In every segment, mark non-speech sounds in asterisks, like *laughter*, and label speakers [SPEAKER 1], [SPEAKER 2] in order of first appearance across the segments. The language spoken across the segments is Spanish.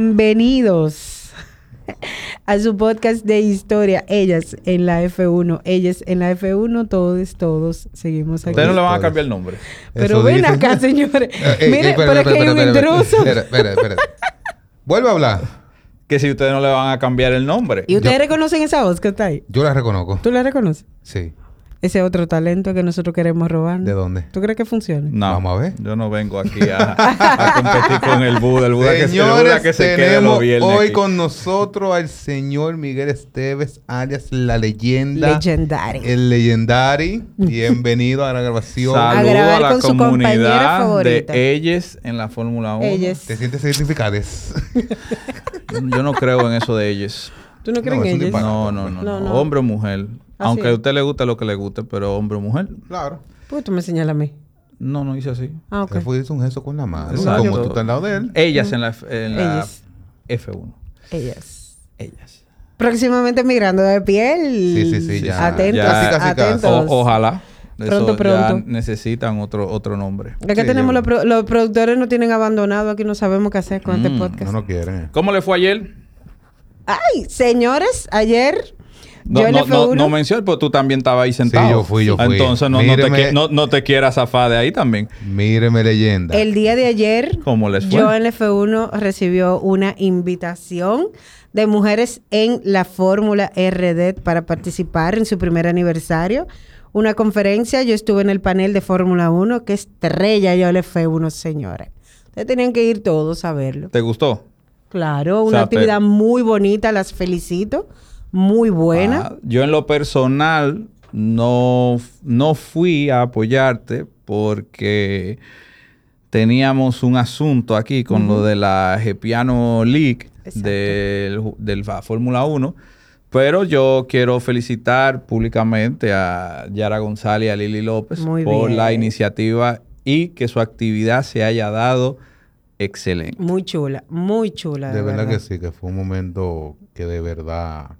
[SPEAKER 1] Bienvenidos a su podcast de historia. Ellas en la F1, ellas en la F1, todos, todos seguimos aquí.
[SPEAKER 2] Ustedes no le van a
[SPEAKER 3] Todos.
[SPEAKER 2] cambiar el nombre.
[SPEAKER 1] Pero
[SPEAKER 3] Eso
[SPEAKER 1] ven
[SPEAKER 3] dicen.
[SPEAKER 1] acá, señores.
[SPEAKER 3] Eh, eh,
[SPEAKER 1] Mire,
[SPEAKER 3] espérate,
[SPEAKER 1] pero es que hay un
[SPEAKER 3] espérate, espérate,
[SPEAKER 1] intruso.
[SPEAKER 3] espérate, espérate, espérate. Vuelve a hablar.
[SPEAKER 2] Que si ustedes no le van a cambiar el nombre.
[SPEAKER 1] ¿Y ustedes reconocen esa voz que está ahí?
[SPEAKER 3] Yo la reconozco.
[SPEAKER 1] ¿Tú la reconoces?
[SPEAKER 3] Sí.
[SPEAKER 1] Ese otro talento que nosotros queremos robar.
[SPEAKER 3] ¿De dónde?
[SPEAKER 1] ¿Tú crees que funcione?
[SPEAKER 2] No,
[SPEAKER 3] Vamos a ver.
[SPEAKER 2] Yo no vengo aquí a, a competir con el Buda. El Buda que se, el Buda
[SPEAKER 3] Señores,
[SPEAKER 2] que se quede los
[SPEAKER 3] tenemos
[SPEAKER 2] viernes.
[SPEAKER 3] hoy
[SPEAKER 2] aquí.
[SPEAKER 3] con nosotros al señor Miguel Esteves, alias la leyenda.
[SPEAKER 1] Legendary. Mm.
[SPEAKER 3] El legendary. Bienvenido a la grabación.
[SPEAKER 1] A
[SPEAKER 2] Saludo a,
[SPEAKER 1] grabar
[SPEAKER 2] la
[SPEAKER 1] con su compañera
[SPEAKER 2] comunidad de
[SPEAKER 1] favorita.
[SPEAKER 2] ellas en la Fórmula 1.
[SPEAKER 1] Ellas.
[SPEAKER 3] ¿Te sientes
[SPEAKER 1] *laughs*
[SPEAKER 3] certificadas?
[SPEAKER 2] Yo no creo en eso de
[SPEAKER 3] *laughs*
[SPEAKER 2] ellas.
[SPEAKER 1] ¿Tú no crees
[SPEAKER 3] No,
[SPEAKER 1] en
[SPEAKER 3] es un
[SPEAKER 1] ellas?
[SPEAKER 3] disparate.
[SPEAKER 2] No, no, no,
[SPEAKER 1] No,
[SPEAKER 2] no,
[SPEAKER 1] no.
[SPEAKER 2] Hombre o mujer. Aunque a
[SPEAKER 1] es.
[SPEAKER 2] usted le guste lo que le guste, pero hombre o mujer.
[SPEAKER 3] claro.
[SPEAKER 1] ¿Por qué Pues tú me señalas a mí?
[SPEAKER 2] No, no hice así.
[SPEAKER 1] Ah, ok. Eh,
[SPEAKER 3] Te fuiste un gesto con la mano.
[SPEAKER 2] Exacto.
[SPEAKER 3] Como tú estás al lado de él.
[SPEAKER 2] Ellas en la, en la
[SPEAKER 1] Mm. Ellas.
[SPEAKER 2] F1.
[SPEAKER 1] Ellas.
[SPEAKER 2] Ellas.
[SPEAKER 1] Próximamente migrando de piel.
[SPEAKER 3] Sí, sí, sí, ya.
[SPEAKER 1] Atentos,
[SPEAKER 2] Ya. Casi,
[SPEAKER 3] casi, casi.
[SPEAKER 1] atentos.
[SPEAKER 2] O- ojalá.
[SPEAKER 1] Pronto,
[SPEAKER 2] Eso Ya
[SPEAKER 1] pronto.
[SPEAKER 2] necesitan otro, otro nombre.
[SPEAKER 1] Acá
[SPEAKER 3] Sí,
[SPEAKER 1] tenemos
[SPEAKER 3] yo-
[SPEAKER 1] los, pro- los productores nos tienen abandonado aquí, no sabemos qué hacer con
[SPEAKER 2] Mm,
[SPEAKER 1] este podcast.
[SPEAKER 3] No nos quieren.
[SPEAKER 2] ¿Cómo le fue ayer?
[SPEAKER 1] Ay, señores, ayer
[SPEAKER 2] No,
[SPEAKER 1] yo en
[SPEAKER 2] no, no,
[SPEAKER 1] F1
[SPEAKER 2] no mencioné, pero tú también estabas ahí sentado.
[SPEAKER 3] yo fui, yo fui.
[SPEAKER 2] Entonces no, no, te,
[SPEAKER 3] Míreme.
[SPEAKER 2] qui- no, no te quieras zafar de ahí también.
[SPEAKER 3] Míreme, leyenda.
[SPEAKER 1] el día de ayer
[SPEAKER 2] ¿Cómo les fue?
[SPEAKER 1] yo en la F1 recibió una invitación de mujeres en la Fórmula RD para participar en su primer aniversario. Una conferencia, yo estuve en el panel de Fórmula 1, qué estrella yo en la F1, señores. Ustedes tenían que ir todos a verlo.
[SPEAKER 2] ¿Te gustó?
[SPEAKER 1] Claro, una
[SPEAKER 2] sea, te-
[SPEAKER 1] actividad muy bonita, las felicito. Muy buena.
[SPEAKER 2] Ah, yo en lo personal no, no fui a apoyarte porque teníamos un asunto aquí con lo de la Gepiano League
[SPEAKER 1] Exacto.
[SPEAKER 2] del, ju- del fa- Fórmula 1. Pero yo quiero felicitar públicamente a Yara González y a Lili López
[SPEAKER 1] Muy
[SPEAKER 2] por
[SPEAKER 1] bien.
[SPEAKER 2] la iniciativa y que su actividad se haya dado excelente.
[SPEAKER 1] Muy chula, muy chula.
[SPEAKER 3] De verdad que sí, que fue un momento que de verdad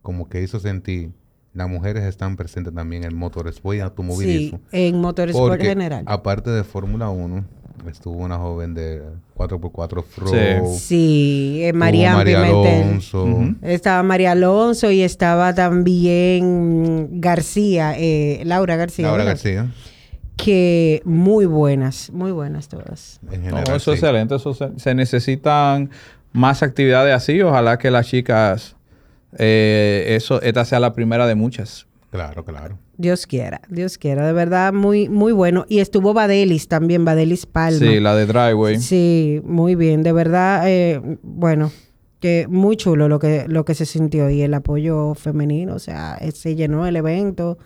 [SPEAKER 3] como que hizo sentir las mujeres están presentes también en el motorsport y automovilismo.
[SPEAKER 1] Sí, en motorsport
[SPEAKER 3] porque
[SPEAKER 1] general.
[SPEAKER 3] aparte de Fórmula 1, estuvo una joven de 4x4 Fro,
[SPEAKER 2] Sí.
[SPEAKER 3] estuvo
[SPEAKER 1] Sí, eh, María
[SPEAKER 3] María
[SPEAKER 1] Pimentel.
[SPEAKER 3] Alonso,
[SPEAKER 2] Ujú.
[SPEAKER 1] Estaba María Alonso y estaba también García, eh, Laura García.
[SPEAKER 3] Laura
[SPEAKER 1] ¿verdad?
[SPEAKER 3] García.
[SPEAKER 1] Que muy buenas, muy buenas todas.
[SPEAKER 3] En
[SPEAKER 2] No,
[SPEAKER 3] general,
[SPEAKER 2] eso es
[SPEAKER 3] sí.
[SPEAKER 2] excelente. Eso se, se necesitan más actividades así. Ojalá que las chicas, eh, eso, esta sea la primera de muchas.
[SPEAKER 3] Claro, claro.
[SPEAKER 1] Dios quiera, Dios quiera. De verdad, muy, muy bueno. Y estuvo Badelis también, Badelis Palma.
[SPEAKER 2] Sí, la de Driveway.
[SPEAKER 1] Sí, muy bien. De verdad, eh, bueno, que muy chulo lo que, lo que se sintió y el apoyo femenino. O sea, eh, se llenó el evento.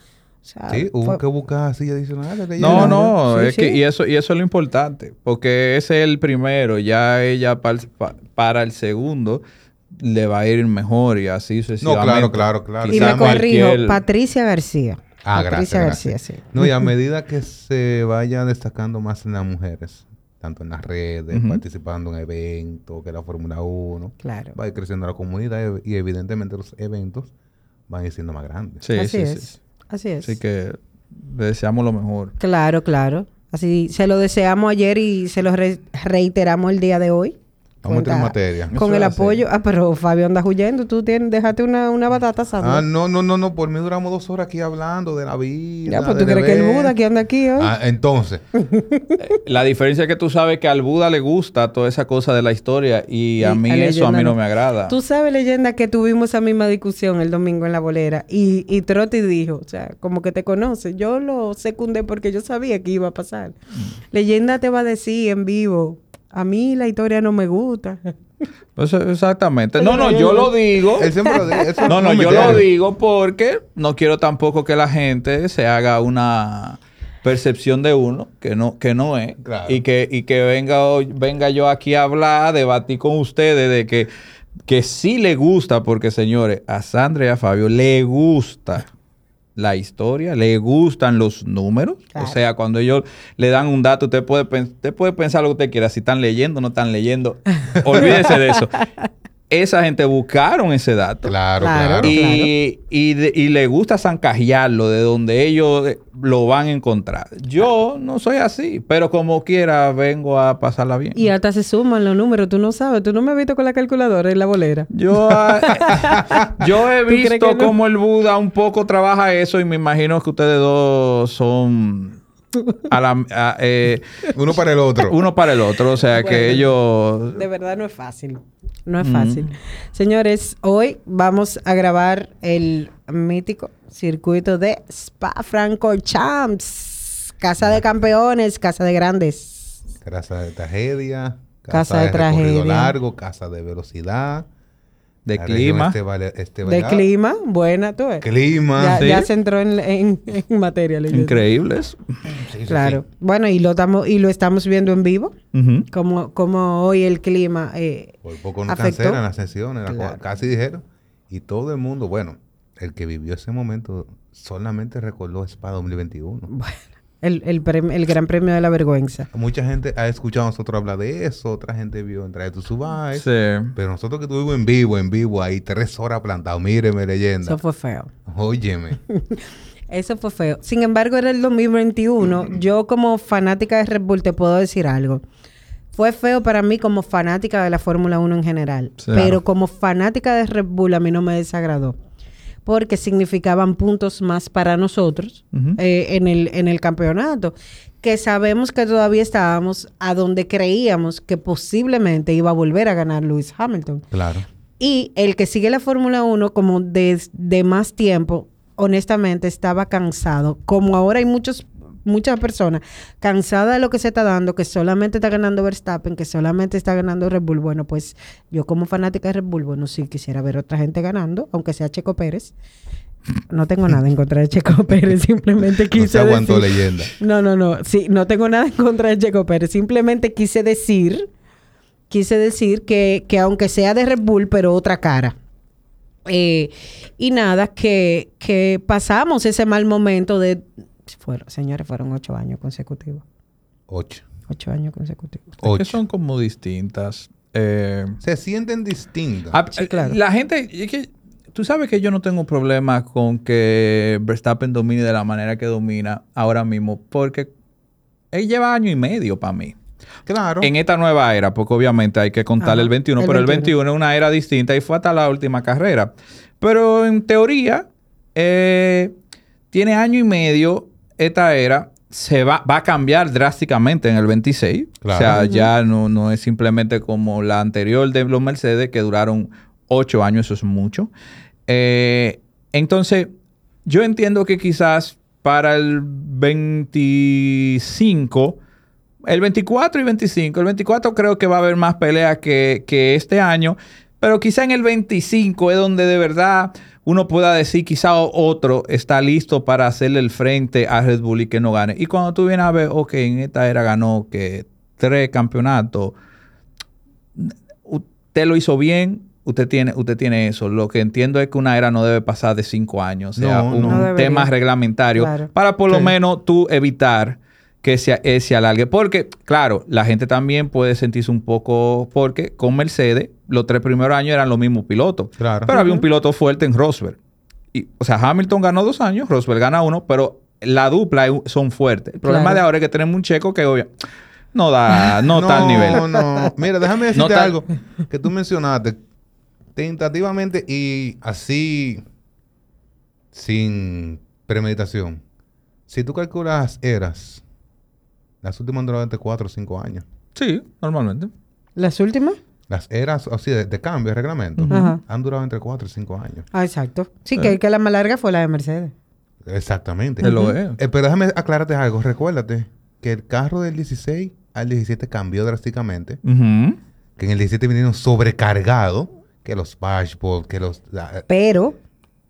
[SPEAKER 1] O sea,
[SPEAKER 3] Sí, hubo
[SPEAKER 1] Ah, fue-
[SPEAKER 3] que buscar así adicionales.
[SPEAKER 2] No,
[SPEAKER 3] leyenda.
[SPEAKER 2] no,
[SPEAKER 1] Sí,
[SPEAKER 2] es que
[SPEAKER 1] sí.
[SPEAKER 2] y eso y eso es lo importante, porque ese es el primero, ya ella pal- pa- para el segundo le va a ir mejor y así sucesivamente.
[SPEAKER 3] claro, claro, claro.
[SPEAKER 1] Y
[SPEAKER 2] Quizá
[SPEAKER 1] me
[SPEAKER 3] Samuel
[SPEAKER 1] corrijo,
[SPEAKER 2] cualquier-
[SPEAKER 1] Patricia García.
[SPEAKER 3] Ah,
[SPEAKER 1] Patricia
[SPEAKER 3] gracias, gracias.
[SPEAKER 1] García, sí.
[SPEAKER 3] No, y a medida que se vaya destacando más en las mujeres, tanto en las redes,
[SPEAKER 2] Ujú.
[SPEAKER 3] participando en eventos, que la Fórmula 1,
[SPEAKER 1] Claro.
[SPEAKER 3] va a ir creciendo la comunidad y evidentemente los eventos van a ir siendo más grandes.
[SPEAKER 2] Sí,
[SPEAKER 1] así
[SPEAKER 2] sí,
[SPEAKER 1] es.
[SPEAKER 2] sí.
[SPEAKER 1] Así es.
[SPEAKER 2] Así que Le deseamos lo mejor.
[SPEAKER 1] Claro, claro. Así se lo deseamos ayer y se lo re- reiteramos el día de hoy.
[SPEAKER 3] Vamos a entrar en
[SPEAKER 1] Cuenta-
[SPEAKER 3] materia.
[SPEAKER 1] Con
[SPEAKER 2] Eso
[SPEAKER 1] el
[SPEAKER 2] es así.
[SPEAKER 1] apoyo. Ah, pero Fabio anda huyendo. Tú tienes, déjate una, una batata sana.
[SPEAKER 3] Ah, no, no, no, no. Por mí duramos dos horas aquí hablando de la vida.
[SPEAKER 1] ya, pues tú
[SPEAKER 3] del
[SPEAKER 1] crees que el
[SPEAKER 3] evento.
[SPEAKER 1] Buda que anda aquí hoy.
[SPEAKER 3] Ah,
[SPEAKER 1] *laughs*
[SPEAKER 3] entonces.
[SPEAKER 2] La diferencia es que tú sabes que al Buda le gusta toda esa cosa de la historia y a
[SPEAKER 1] Y
[SPEAKER 2] mí
[SPEAKER 1] a
[SPEAKER 2] eso a
[SPEAKER 1] leyenda
[SPEAKER 2] mí no
[SPEAKER 1] no.
[SPEAKER 2] me agrada.
[SPEAKER 1] Tú sabes, leyenda, que tuvimos esa misma discusión el domingo en la bolera. Y, y Trotti dijo, o sea, como que te conoce. Yo lo secundé porque yo sabía que iba a pasar. Leyenda te va a decir en vivo, a mí la historia no me gusta.
[SPEAKER 2] Pues, exactamente. No, no, yo lo digo.
[SPEAKER 3] Él siempre lo dice, eso
[SPEAKER 2] No, no,
[SPEAKER 3] me
[SPEAKER 2] yo lo
[SPEAKER 3] debe.
[SPEAKER 2] digo porque no quiero tampoco que la gente se haga una percepción de uno que no que no es
[SPEAKER 3] Claro.
[SPEAKER 2] y que y que venga hoy- venga yo aquí a hablar, a debatir con ustedes de que que sí le gusta porque señores, a Sandra y a Fabio le gusta la historia, le gustan los números.
[SPEAKER 1] Claro.
[SPEAKER 2] O sea, cuando ellos le dan un dato, usted puede, pen- usted puede pensar lo que usted quiera, si están leyendo o no están leyendo. Olvídese de eso. Esa gente buscaron ese dato.
[SPEAKER 3] Claro,
[SPEAKER 1] Claro.
[SPEAKER 3] claro.
[SPEAKER 2] Y, y, de- y le gusta zancajearlo de donde ellos eh, lo van a encontrar. Yo no soy así, pero como quiera vengo a pasarla bien.
[SPEAKER 1] Y hasta se suman los números, tú no sabes. Tú no me has visto con la calculadora en la bolera.
[SPEAKER 2] Yo, ah, *laughs* yo he
[SPEAKER 1] ¿Tú crees
[SPEAKER 2] visto
[SPEAKER 1] que no?
[SPEAKER 2] cómo el Buda un poco trabaja eso y me imagino que ustedes dos son a la- a, eh,
[SPEAKER 3] Uno para
[SPEAKER 1] *laughs*
[SPEAKER 3] el otro.
[SPEAKER 2] uno para el otro. O sea, que ellos...
[SPEAKER 1] De verdad no es fácil. No
[SPEAKER 3] Mm.
[SPEAKER 1] es fácil. Señores, hoy vamos a grabar el mítico circuito de Spa Franco Champs. Casa de campeones, casa de grandes.
[SPEAKER 3] Casa de tragedia.
[SPEAKER 1] Casa de
[SPEAKER 3] recorrido
[SPEAKER 1] tragedia.
[SPEAKER 3] largo, casa de velocidad.
[SPEAKER 2] De
[SPEAKER 3] la región
[SPEAKER 2] clima.
[SPEAKER 3] estevale-
[SPEAKER 1] De
[SPEAKER 3] estebalidad,
[SPEAKER 1] clima, buena, tú ves.
[SPEAKER 3] este Clima.
[SPEAKER 1] Ya,
[SPEAKER 2] ¿sí?
[SPEAKER 1] ya se entró en, en, en materia. leyenda.
[SPEAKER 2] Increíbles.
[SPEAKER 3] Sí, sí,
[SPEAKER 1] Claro. Bueno, y lo, estamos y lo estamos viendo en vivo.
[SPEAKER 2] Ujú.
[SPEAKER 1] Como, como hoy el clima. eh, *laughs*
[SPEAKER 3] sí. Por poco no
[SPEAKER 1] Afectó.
[SPEAKER 3] cancelan las sesiones. la co-
[SPEAKER 1] Claro.
[SPEAKER 3] Casi dijeron. Y todo el mundo, bueno, el que vivió ese momento solamente recordó Spa 2021.
[SPEAKER 1] el, el, prem- el gran premio de la vergüenza.
[SPEAKER 3] Mucha gente ha escuchado a nosotros hablar de eso. Otra gente vio entrar de tu subai.
[SPEAKER 2] Sí.
[SPEAKER 3] Pero nosotros que estuvimos en vivo, en vivo ahí, tres horas plantado. Míreme, leyenda.
[SPEAKER 1] Eso fue feo. *laughs*
[SPEAKER 3] Óyeme.
[SPEAKER 1] Eso fue feo. Sin embargo, era el 2021. Yo como fanática de Red Bull te puedo decir algo. Fue feo para mí como fanática de la Fórmula 1 en general.
[SPEAKER 2] Sí.
[SPEAKER 1] Pero como fanática de Red Bull a mí no me desagradó. Porque significaban puntos más para nosotros
[SPEAKER 2] Ujú.
[SPEAKER 1] eh, en, el, en el campeonato. Que sabemos que todavía estábamos a donde creíamos que posiblemente iba a volver a ganar Lewis Hamilton.
[SPEAKER 3] Claro.
[SPEAKER 1] Y el que sigue la Fórmula 1 como desde más tiempo, honestamente estaba cansado. Como ahora hay muchos muchas personas cansadas de lo que se está dando, que solamente está ganando Verstappen, que solamente está ganando Red Bull. Bueno, pues yo como fanática de Red Bull, bueno, sí quisiera ver otra gente ganando, aunque sea Checo Pérez. No tengo nada en contra de Checo *laughs* Pérez, simplemente
[SPEAKER 3] No se
[SPEAKER 1] quise
[SPEAKER 3] aguantó
[SPEAKER 1] decir-
[SPEAKER 3] leyenda.
[SPEAKER 1] no, no, no. Sí, no tengo nada en contra de Checo Pérez. Simplemente quise decir, quise decir que, que aunque sea de Red Bull, pero otra cara. Eh, y nada, que, que pasamos ese mal momento de... Fueron, señores, fueron ocho años consecutivos.
[SPEAKER 3] Ocho.
[SPEAKER 1] Ocho años consecutivos.
[SPEAKER 2] Que
[SPEAKER 3] Ocho.
[SPEAKER 2] son como distintas. Eh,
[SPEAKER 3] Se sienten distintas.
[SPEAKER 2] Ah,
[SPEAKER 1] Sí,
[SPEAKER 2] eh,
[SPEAKER 1] claro.
[SPEAKER 2] La gente, es que, tú sabes que yo no tengo problema con que Verstappen domine de la manera que domina ahora mismo, porque él lleva año y medio para mí.
[SPEAKER 3] claro.
[SPEAKER 2] En esta nueva era, porque obviamente hay que contar
[SPEAKER 1] Ajá,
[SPEAKER 2] el 21,
[SPEAKER 1] el
[SPEAKER 2] pero
[SPEAKER 1] 21.
[SPEAKER 2] el 21 es una era distinta y fue hasta la última carrera. Pero en teoría, eh, tiene año y medio esta era. Se va, va a cambiar drásticamente en el 26. O sea,
[SPEAKER 3] Claro.
[SPEAKER 2] ya no, no es simplemente como la anterior de los Mercedes, que duraron ocho años, eso es mucho. Eh, entonces, yo entiendo que quizás para el 25, el 24 y 25, el 24 creo que va a haber más peleas que, que este año, pero quizá en el 25 es donde de verdad uno pueda decir quizá o- otro está listo para hacerle el frente a Red Bull y que no gane. Y cuando tú vienes a ver, ok, en esta era ganó que tres campeonatos, usted lo hizo bien. Usted tiene, usted tiene eso. Lo que entiendo es que una era no debe pasar de cinco años. O sea,
[SPEAKER 3] No,
[SPEAKER 2] un
[SPEAKER 3] no.
[SPEAKER 1] No debería.
[SPEAKER 2] tema reglamentario
[SPEAKER 1] Claro.
[SPEAKER 2] para por lo
[SPEAKER 3] Sí.
[SPEAKER 2] menos tú evitar que se, eh, se alargue. Porque, claro, la gente también puede sentirse un poco... Porque con Mercedes, los tres primeros años eran los mismos pilotos.
[SPEAKER 3] Claro.
[SPEAKER 2] Pero había un piloto fuerte en Rosberg. Y, o sea, Hamilton ganó dos años, Rosberg gana uno, pero la dupla es- son fuertes. El problema
[SPEAKER 1] Claro.
[SPEAKER 2] de ahora es que tenemos un checo que obvia- no da, *laughs* no, está al nivel.
[SPEAKER 3] No, no. Mira, déjame decirte
[SPEAKER 2] tal-
[SPEAKER 3] algo que tú mencionaste. Tentativamente y así sin premeditación. Si tú calculas eras, las últimas han durado entre 4 o 5 años.
[SPEAKER 2] Sí, normalmente.
[SPEAKER 1] ¿Las últimas?
[SPEAKER 3] Las eras, así de, de cambio de reglamento,
[SPEAKER 1] Ajá.
[SPEAKER 3] han durado entre 4 y 5 años.
[SPEAKER 1] Ah, exacto. Sí, que, que la más larga fue la de Mercedes.
[SPEAKER 3] Exactamente.
[SPEAKER 2] Es lo que es.
[SPEAKER 3] Eh, pero déjame aclararte algo. Recuérdate que el carro del 16 al 17 cambió drásticamente.
[SPEAKER 2] Ujú.
[SPEAKER 3] Que en el 17 vinieron sobrecargados. Que los bashboard, que los... la-
[SPEAKER 1] Pero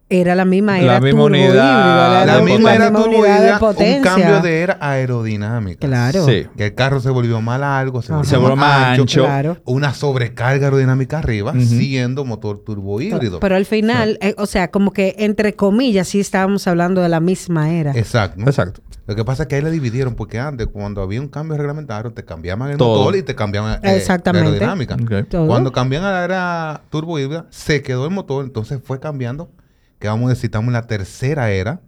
[SPEAKER 1] era la misma, era
[SPEAKER 2] La misma
[SPEAKER 1] turbo
[SPEAKER 2] unidad.
[SPEAKER 1] híbrido,
[SPEAKER 3] la,
[SPEAKER 1] era
[SPEAKER 2] de
[SPEAKER 3] misma era
[SPEAKER 1] misma
[SPEAKER 3] turbo
[SPEAKER 1] unidad de
[SPEAKER 3] idea, un
[SPEAKER 1] potencia.
[SPEAKER 3] cambio de era aerodinámica.
[SPEAKER 1] Claro.
[SPEAKER 2] Sí.
[SPEAKER 3] Que el carro se volvió más largo, se
[SPEAKER 1] Ajá.
[SPEAKER 3] volvió,
[SPEAKER 1] Se
[SPEAKER 2] volvió más ancho.
[SPEAKER 1] Claro.
[SPEAKER 3] Una sobrecarga aerodinámica arriba, siendo motor turbo híbrido.
[SPEAKER 1] Pero al final, eh, o sea, como que entre comillas sí estábamos hablando de la misma era.
[SPEAKER 3] Exacto.
[SPEAKER 2] Exacto.
[SPEAKER 3] Lo que pasa es que ahí le dividieron, porque antes, cuando había un cambio reglamentario, te cambiaban el
[SPEAKER 2] Todo.
[SPEAKER 3] motor y te cambiaban eh,
[SPEAKER 1] Exactamente.
[SPEAKER 3] la aerodinámica.
[SPEAKER 2] Ok.
[SPEAKER 1] Todo.
[SPEAKER 3] Cuando cambian a la era turbo híbrida, se quedó el motor, entonces fue cambiando, que vamos a decir, estamos en la tercera era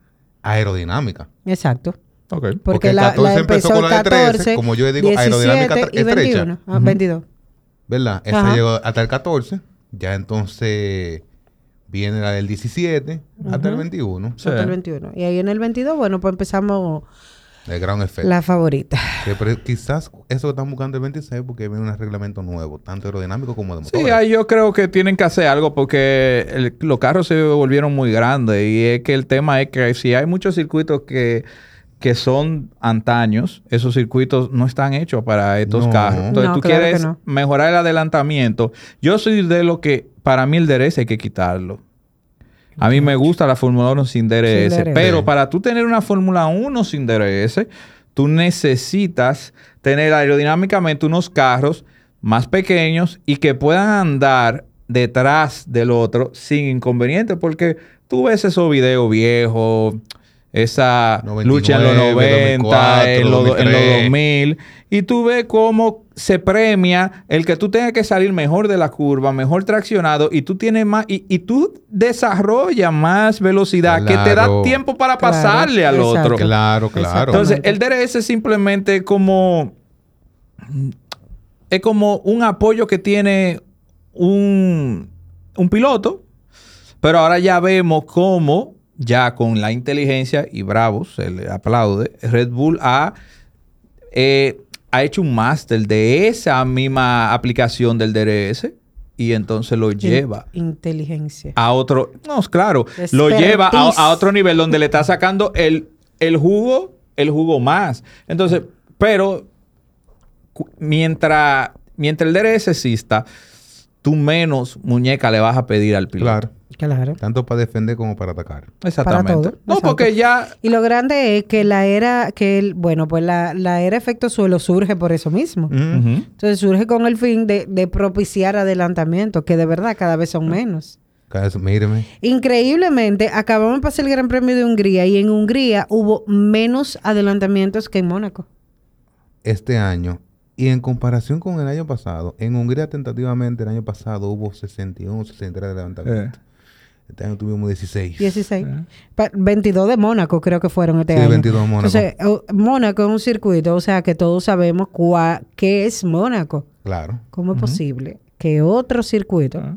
[SPEAKER 3] aerodinámica.
[SPEAKER 1] Exacto.
[SPEAKER 2] Ok.
[SPEAKER 1] Porque,
[SPEAKER 3] Porque el
[SPEAKER 1] la,
[SPEAKER 3] 14
[SPEAKER 1] la
[SPEAKER 3] empezó
[SPEAKER 1] empezó,
[SPEAKER 3] con la de 13,
[SPEAKER 1] 14,
[SPEAKER 3] como yo digo,
[SPEAKER 1] 17
[SPEAKER 3] aerodinámica
[SPEAKER 1] y
[SPEAKER 3] estrecha.
[SPEAKER 1] 21. Ah, 22.
[SPEAKER 3] ¿Verdad? Esa
[SPEAKER 1] Ajá.
[SPEAKER 3] llegó hasta el 14. Ya entonces viene la del 17 hasta el 21.
[SPEAKER 2] Sí.
[SPEAKER 1] Hasta el 21. Y ahí en el 22, bueno, pues empezamos
[SPEAKER 3] El gran efecto.
[SPEAKER 1] la favorita.
[SPEAKER 3] Que pre- quizás eso lo están buscando el 26 porque viene un reglamento nuevo, tanto aerodinámico como de motores.
[SPEAKER 2] Sí, ahí yo creo que tienen que hacer algo porque el- los carros se volvieron muy grandes y es que el tema es que si hay muchos circuitos que, que son antaños, esos circuitos no están hechos para estos
[SPEAKER 3] No.
[SPEAKER 2] carros. Entonces
[SPEAKER 1] No, claro
[SPEAKER 2] tú
[SPEAKER 1] que
[SPEAKER 2] quieres
[SPEAKER 1] no.
[SPEAKER 2] mejorar el adelantamiento. Yo soy de lo que para mí el DRS hay que quitarlo. A mí me gusta la Fórmula 1 sin DRS,
[SPEAKER 1] Sin DRS.
[SPEAKER 2] pero para tú tener una Fórmula 1 sin DRS, tú necesitas tener aerodinámicamente unos carros más pequeños y que puedan andar detrás del otro sin inconveniente, porque tú ves esos videos viejos, esa
[SPEAKER 3] 99,
[SPEAKER 2] lucha en los 90, en los en
[SPEAKER 3] 2004,
[SPEAKER 2] los
[SPEAKER 3] 2003.
[SPEAKER 2] 2000, y tú ves cómo se premia el que tú tengas que salir mejor de la curva, mejor traccionado, y tú tienes más, y, y tú desarrollas más velocidad, que te da
[SPEAKER 3] Claro.
[SPEAKER 2] tiempo para
[SPEAKER 1] Claro,
[SPEAKER 2] pasarle al
[SPEAKER 1] exacto.
[SPEAKER 2] otro.
[SPEAKER 3] Claro,
[SPEAKER 1] Exacto.
[SPEAKER 3] claro.
[SPEAKER 2] Entonces, el
[SPEAKER 1] Exactamente.
[SPEAKER 2] DRS es simplemente como. Es como un apoyo que tiene un, un piloto. Pero ahora ya vemos cómo, ya con la inteligencia, y bravos, se le aplaude, Red Bull ha, eh, ha hecho un máster de esa misma aplicación del DRS y entonces lo lleva Ah.
[SPEAKER 1] In- *laughs* Inteligencia.
[SPEAKER 2] a otro. No, claro. Lo lleva a,
[SPEAKER 1] Expertise.
[SPEAKER 2] a otro nivel donde le está sacando el, el jugo, el jugo más. Entonces, pero cu- mientras, mientras el DRS exista, tú menos muñeca le vas a pedir al piloto.
[SPEAKER 3] Claro.
[SPEAKER 1] Claro.
[SPEAKER 3] Tanto para defender como para atacar.
[SPEAKER 2] Exactamente.
[SPEAKER 1] Para todo.
[SPEAKER 2] No,
[SPEAKER 1] Exacto.
[SPEAKER 2] porque ya.
[SPEAKER 1] Y lo grande es que la era, que el, bueno, pues la, la era efecto suelo surge por eso mismo.
[SPEAKER 3] Mm.
[SPEAKER 2] Ujú.
[SPEAKER 1] Entonces surge con el fin de, de propiciar adelantamientos, que de verdad cada vez
[SPEAKER 3] Mm.
[SPEAKER 1] son menos.
[SPEAKER 3] Cada vez- Míreme.
[SPEAKER 1] Increíblemente, acabamos de pasar el Gran Premio de Hungría y en Hungría hubo menos adelantamientos que en Mónaco.
[SPEAKER 3] este año y en comparación con el año pasado, en Hungría tentativamente el año pasado hubo 61, 63 de
[SPEAKER 2] Eh.
[SPEAKER 3] levantamiento. Este año tuvimos 16.
[SPEAKER 1] 16. Pa- 22 de Mónaco creo que fueron este
[SPEAKER 3] Sí,
[SPEAKER 1] año.
[SPEAKER 3] 22 de Mónaco.
[SPEAKER 1] Entonces, o- Mónaco es un circuito, o sea que todos sabemos cuá- qué es Mónaco.
[SPEAKER 3] Claro.
[SPEAKER 1] ¿Cómo es posible que otro circuito
[SPEAKER 2] Ah.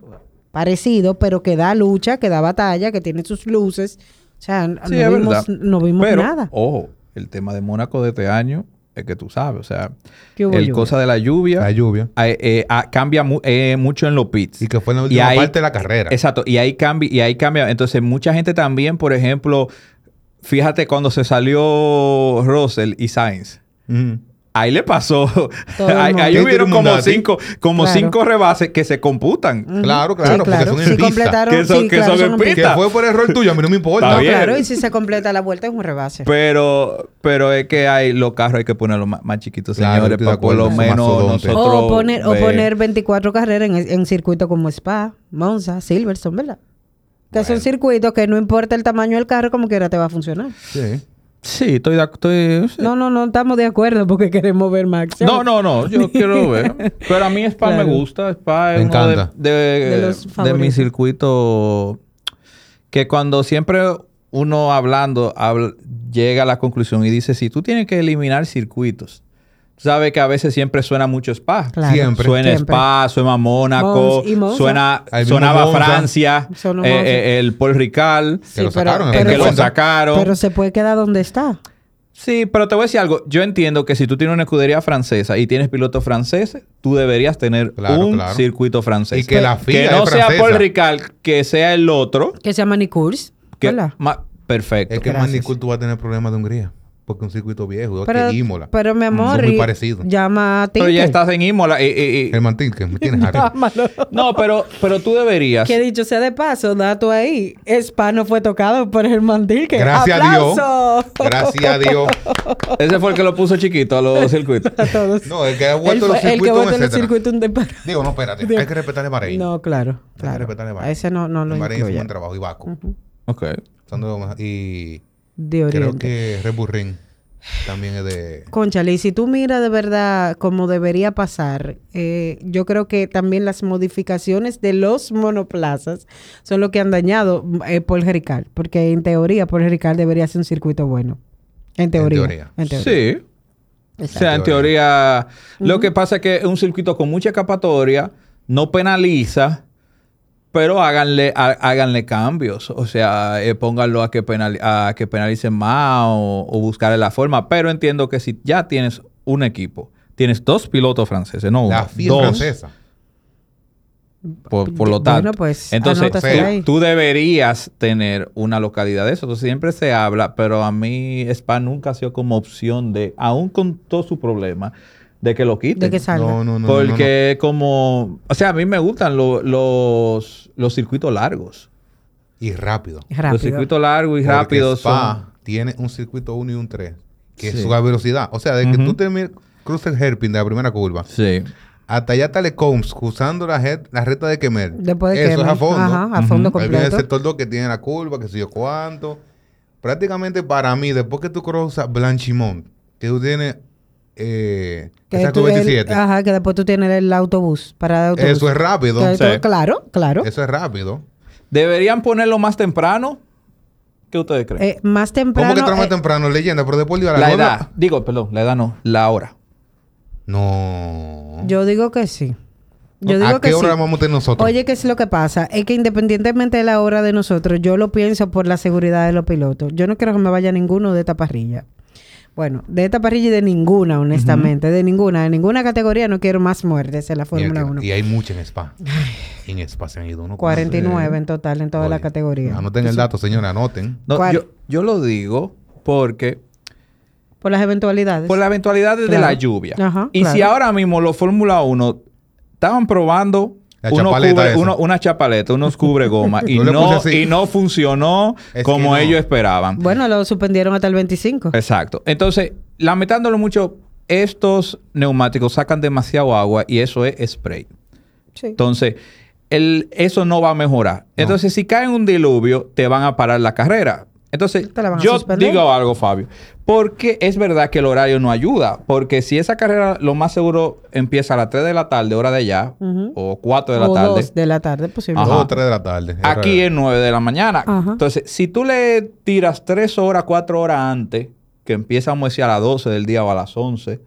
[SPEAKER 1] parecido, pero que da lucha, que da batalla, que tiene sus luces, o sea, n-
[SPEAKER 2] Sí,
[SPEAKER 1] Ah, no,
[SPEAKER 2] es
[SPEAKER 1] vimos,
[SPEAKER 2] verdad.
[SPEAKER 1] no vimos
[SPEAKER 2] Pero,
[SPEAKER 1] nada?
[SPEAKER 2] Ojo, el tema de Mónaco de este año es que tú sabes, o sea,
[SPEAKER 1] Que hubo
[SPEAKER 2] el
[SPEAKER 1] lluvia.
[SPEAKER 2] cosa de la lluvia.
[SPEAKER 3] La lluvia.
[SPEAKER 2] eh, eh, ah, cambia mu- eh, mucho en los pits.
[SPEAKER 3] Y que fue en la
[SPEAKER 2] Y
[SPEAKER 3] última
[SPEAKER 2] ahí-
[SPEAKER 3] parte de la carrera.
[SPEAKER 2] Exacto, y ahí cambia, y ahí cambia. Entonces, mucha gente también, por ejemplo, fíjate cuando se salió Russell y Sainz.
[SPEAKER 3] Mm.
[SPEAKER 2] Ahí le pasó.
[SPEAKER 1] Todo el
[SPEAKER 2] *laughs* ahí
[SPEAKER 1] mundo.
[SPEAKER 2] ahí
[SPEAKER 3] Ahí
[SPEAKER 2] hubieron
[SPEAKER 3] tiene un
[SPEAKER 2] como
[SPEAKER 3] Nati.
[SPEAKER 2] cinco, como
[SPEAKER 1] Claro. Mm.
[SPEAKER 2] cinco rebases que se computan.
[SPEAKER 3] Claro,
[SPEAKER 1] Sí,
[SPEAKER 3] claro,
[SPEAKER 1] claro.
[SPEAKER 3] porque son
[SPEAKER 1] Si
[SPEAKER 3] en pista.
[SPEAKER 1] completaron,
[SPEAKER 2] Que son-
[SPEAKER 1] sí,
[SPEAKER 2] que
[SPEAKER 1] claro,
[SPEAKER 2] son en
[SPEAKER 1] en
[SPEAKER 2] pista.
[SPEAKER 3] Que fue por error tuyo, a mí no me
[SPEAKER 2] Está
[SPEAKER 3] importa.
[SPEAKER 1] No,
[SPEAKER 2] bien.
[SPEAKER 1] claro, y si se completa la vuelta es un rebase.
[SPEAKER 2] Pero, pero es que hay, los carros hay que ponerlos más, más chiquitos,
[SPEAKER 3] Claro,
[SPEAKER 2] señores,
[SPEAKER 3] estoy de
[SPEAKER 2] para por lo
[SPEAKER 3] acuerdo.
[SPEAKER 2] menos
[SPEAKER 3] Mastodonte.
[SPEAKER 2] nosotros.
[SPEAKER 1] o poner, o
[SPEAKER 2] ver.
[SPEAKER 1] poner 24 carreras en, en circuitos como Spa, Monza, Silverstone, ¿verdad? Que son circuitos que no importa el tamaño del carro, como quiera te va a funcionar.
[SPEAKER 3] Sí.
[SPEAKER 2] Sí, estoy de acuerdo.
[SPEAKER 1] No, no, no estamos de acuerdo porque queremos ver Max.
[SPEAKER 2] No, no,
[SPEAKER 1] *laughs*
[SPEAKER 2] no, yo quiero ver. Pero a mí Spa
[SPEAKER 1] Claro.
[SPEAKER 2] me gusta. Spa es
[SPEAKER 3] Me
[SPEAKER 2] uno de,
[SPEAKER 3] encanta.
[SPEAKER 2] de,
[SPEAKER 1] De los
[SPEAKER 2] de mi
[SPEAKER 1] favoritos.
[SPEAKER 2] circuito que cuando siempre uno hablando habl- llega a la conclusión y dice, si tú tienes que eliminar circuitos, tú sabes que a veces siempre suena mucho spa.
[SPEAKER 1] Claro.
[SPEAKER 3] Siempre.
[SPEAKER 2] Suena
[SPEAKER 1] Siempre.
[SPEAKER 2] Spa, suena Mónaco,
[SPEAKER 1] Mons- y Monza.
[SPEAKER 2] suena,
[SPEAKER 3] Ahí mismo
[SPEAKER 2] sonaba
[SPEAKER 3] Monza.
[SPEAKER 2] Francia,
[SPEAKER 1] Sonó
[SPEAKER 2] eh,
[SPEAKER 1] Monza.
[SPEAKER 2] eh, el Paul Ricard,
[SPEAKER 3] Que lo sacaron,
[SPEAKER 2] el
[SPEAKER 3] pero
[SPEAKER 2] que lo
[SPEAKER 3] cuenta.
[SPEAKER 2] sacaron.
[SPEAKER 1] pero se puede quedar donde está.
[SPEAKER 2] Sí, pero te voy a decir algo. Yo entiendo que si tú tienes una escudería francesa y tienes pilotos franceses, tú deberías tener
[SPEAKER 3] Claro,
[SPEAKER 2] un
[SPEAKER 3] claro.
[SPEAKER 2] circuito francés.
[SPEAKER 3] Y que la FIA
[SPEAKER 2] no
[SPEAKER 3] es
[SPEAKER 2] sea
[SPEAKER 3] francesa.
[SPEAKER 2] Paul Ricard, que sea el otro.
[SPEAKER 1] Que se llama Nicurs.
[SPEAKER 2] Que,
[SPEAKER 1] ¿verdad?
[SPEAKER 2] ma- perfecto.
[SPEAKER 3] Es que
[SPEAKER 1] Gracias.
[SPEAKER 3] Manicur tú vas a tener problemas de Hungría. Porque es un circuito viejo, igual
[SPEAKER 1] Pero,
[SPEAKER 3] que Imola.
[SPEAKER 1] pero mi amor,
[SPEAKER 3] Son muy
[SPEAKER 1] y-
[SPEAKER 3] parecidos.
[SPEAKER 1] llama a
[SPEAKER 2] pero ya
[SPEAKER 1] Tinker.
[SPEAKER 2] estás en Imola. y- y- y-
[SPEAKER 3] Germán Tinker, me
[SPEAKER 1] *laughs*
[SPEAKER 3] tienes harto.
[SPEAKER 1] Llámalo.
[SPEAKER 2] No, pero, pero tú deberías.
[SPEAKER 1] Que dicho sea de paso, dato ahí. Spa no fue tocado por el mandil que
[SPEAKER 3] Gracias a Dios.
[SPEAKER 1] ¡Aplauso!
[SPEAKER 3] Gracias a Dios.
[SPEAKER 2] Ese fue el que lo puso chiquito a los circuitos.
[SPEAKER 1] a *laughs* todos.
[SPEAKER 3] No, el que ha
[SPEAKER 1] Él
[SPEAKER 3] vuelto
[SPEAKER 1] fue- el
[SPEAKER 3] los
[SPEAKER 1] que
[SPEAKER 3] circuitos,
[SPEAKER 1] vuelve los
[SPEAKER 3] etcétera.
[SPEAKER 1] circuitos un desparado.
[SPEAKER 3] Digo,
[SPEAKER 1] *laughs*
[SPEAKER 3] no, espérate.
[SPEAKER 1] Dios.
[SPEAKER 3] Hay que respetar a Bahrein.
[SPEAKER 1] No, claro.
[SPEAKER 3] Hay que
[SPEAKER 1] claro.
[SPEAKER 3] respetar a
[SPEAKER 1] A ese no, no lo
[SPEAKER 3] Bahrein hizo un
[SPEAKER 1] incluye.
[SPEAKER 3] buen trabajo. Y Baku.
[SPEAKER 2] Ok.
[SPEAKER 3] Son de los más- Y
[SPEAKER 1] De
[SPEAKER 3] creo
[SPEAKER 1] Oriente.
[SPEAKER 3] que Red Bull Ring también es de...
[SPEAKER 1] Conchale, y si tú miras de verdad como debería pasar, eh, yo creo que también las modificaciones de los monoplazas son lo que han dañado eh, Paul Ricard, porque en teoría Paul Ricard debería ser un circuito bueno. En teoría. En
[SPEAKER 3] teoría.
[SPEAKER 1] teoría.
[SPEAKER 2] Sí. O sea, en teoría, lo que pasa es que es un circuito con mucha escapatoria, no penaliza, pero háganle, há- háganle cambios. O sea, eh, pónganlo a que, penali- a que penalicen más o, o buscarle la forma. Pero entiendo que si ya tienes un equipo, tienes dos pilotos franceses, no uno,
[SPEAKER 3] La FIA
[SPEAKER 2] dos.
[SPEAKER 3] francesa.
[SPEAKER 2] Por, por lo
[SPEAKER 1] Bueno,
[SPEAKER 2] tanto,
[SPEAKER 1] pues,
[SPEAKER 2] entonces tú,
[SPEAKER 1] anótase ahí.
[SPEAKER 2] tú deberías tener una localidad de eso. Entonces siempre se habla, pero a mí Spa nunca ha sido como opción de, aún con todo su problema, de que lo quiten.
[SPEAKER 1] De que salga.
[SPEAKER 3] No, no, no. no, no, no.
[SPEAKER 2] Porque como, o sea, a mí me gustan lo- los, los circuitos largos.
[SPEAKER 3] Y rápido.
[SPEAKER 1] Rápido.
[SPEAKER 2] Los circuitos largos y
[SPEAKER 3] Porque
[SPEAKER 2] rápidos
[SPEAKER 3] Spa
[SPEAKER 2] son...
[SPEAKER 3] tiene un circuito 1 y un 3, que
[SPEAKER 2] Sí.
[SPEAKER 3] es su velocidad. O sea, de que
[SPEAKER 2] Ujú.
[SPEAKER 3] tú termines cruces el hairpin de la primera curva,
[SPEAKER 2] Sí.
[SPEAKER 3] hasta allá Telecoms, cruzando la, jet- la recta de Kemer.
[SPEAKER 1] Después de
[SPEAKER 3] Eso
[SPEAKER 1] que-
[SPEAKER 3] es a fondo.
[SPEAKER 1] Ajá, a fondo
[SPEAKER 3] Ahí viene el
[SPEAKER 1] completo.
[SPEAKER 3] sector 2 que tiene la curva, que sé yo cuánto. Prácticamente para mí, después que tú cruzas Blanchimont, que tú tienes eh,
[SPEAKER 1] Que
[SPEAKER 3] esa
[SPEAKER 1] tú
[SPEAKER 3] curva
[SPEAKER 1] ves-
[SPEAKER 3] 27,
[SPEAKER 1] ajá, que después tú tienes el autobús, parada de autobús.
[SPEAKER 3] eso es rápido.
[SPEAKER 1] Que
[SPEAKER 2] Sí.
[SPEAKER 1] tú- Claro, claro.
[SPEAKER 3] Eso es rápido.
[SPEAKER 2] ¿Deberían ponerlo más temprano? ¿Qué ustedes creen?
[SPEAKER 1] Eh, más
[SPEAKER 3] ¿Cómo
[SPEAKER 1] temprano.
[SPEAKER 3] que entramos
[SPEAKER 1] eh,
[SPEAKER 3] temprano? Leyenda, pero después le iba a
[SPEAKER 2] la
[SPEAKER 3] nueve.
[SPEAKER 2] edad. Digo, perdón, la edad no. La hora.
[SPEAKER 3] No.
[SPEAKER 1] Yo digo que sí. Yo digo
[SPEAKER 3] ¿A qué
[SPEAKER 1] que
[SPEAKER 3] hora
[SPEAKER 1] sí.
[SPEAKER 3] vamos a tener nosotros?
[SPEAKER 1] Oye, ¿qué es lo que pasa? Es que independientemente de la hora de nosotros, yo lo pienso por la seguridad de los pilotos. Yo no quiero que me vaya ninguno de esta parrilla. Bueno, de esta parrilla y de ninguna, honestamente. De ninguna. De ninguna categoría no quiero más muertes en la Fórmula
[SPEAKER 3] Mierda,
[SPEAKER 1] 1.
[SPEAKER 3] Y hay mucha en Spa. en Spa se han ido unos eh,
[SPEAKER 1] 49 en total en toda la
[SPEAKER 3] Oye,
[SPEAKER 1] categoría.
[SPEAKER 3] Anoten el dato, señora, anoten.
[SPEAKER 2] No,
[SPEAKER 1] ¿Cuál?
[SPEAKER 2] yo, yo lo digo porque
[SPEAKER 1] Por las eventualidades.
[SPEAKER 2] por las eventualidades de
[SPEAKER 1] Claro.
[SPEAKER 2] la lluvia.
[SPEAKER 1] Ajá,
[SPEAKER 2] y si
[SPEAKER 1] claro.
[SPEAKER 2] ahora mismo los Fórmula 1 estaban probando
[SPEAKER 3] La
[SPEAKER 2] uno
[SPEAKER 3] chapaleta
[SPEAKER 2] cubre-
[SPEAKER 3] esa.
[SPEAKER 2] uno- una chapaleta, unos cubre
[SPEAKER 3] *laughs*
[SPEAKER 2] goma y,
[SPEAKER 3] Yo le
[SPEAKER 2] no,
[SPEAKER 3] puse así.
[SPEAKER 2] y no funcionó
[SPEAKER 3] Es
[SPEAKER 2] como
[SPEAKER 3] que no.
[SPEAKER 2] ellos esperaban.
[SPEAKER 1] Bueno, lo suspendieron hasta el 25.
[SPEAKER 2] Exacto. Entonces, lamentándolo mucho, estos neumáticos sacan demasiado agua y eso es spray.
[SPEAKER 1] Sí.
[SPEAKER 2] Entonces, el, eso no va a mejorar. Entonces, si cae en un diluvio, te van a parar la carrera. Entonces,
[SPEAKER 1] Te la van a
[SPEAKER 2] yo
[SPEAKER 1] suspender.
[SPEAKER 2] digo algo, Fabio. Porque es verdad que el horario no ayuda. Porque si esa carrera, lo más seguro, empieza a las 3 de la tarde, hora de allá,
[SPEAKER 1] Ujú.
[SPEAKER 2] o 4 de la
[SPEAKER 1] o
[SPEAKER 2] tarde.
[SPEAKER 1] dos de la tarde, posible.
[SPEAKER 2] Ajá.
[SPEAKER 3] Dos o tres de la tarde.
[SPEAKER 2] Aquí es 9 de la mañana.
[SPEAKER 1] Ajá.
[SPEAKER 2] Entonces, si tú le tiras 3 horas, 4 horas antes, que empiezamos a decir a las 12 del día o a las 11,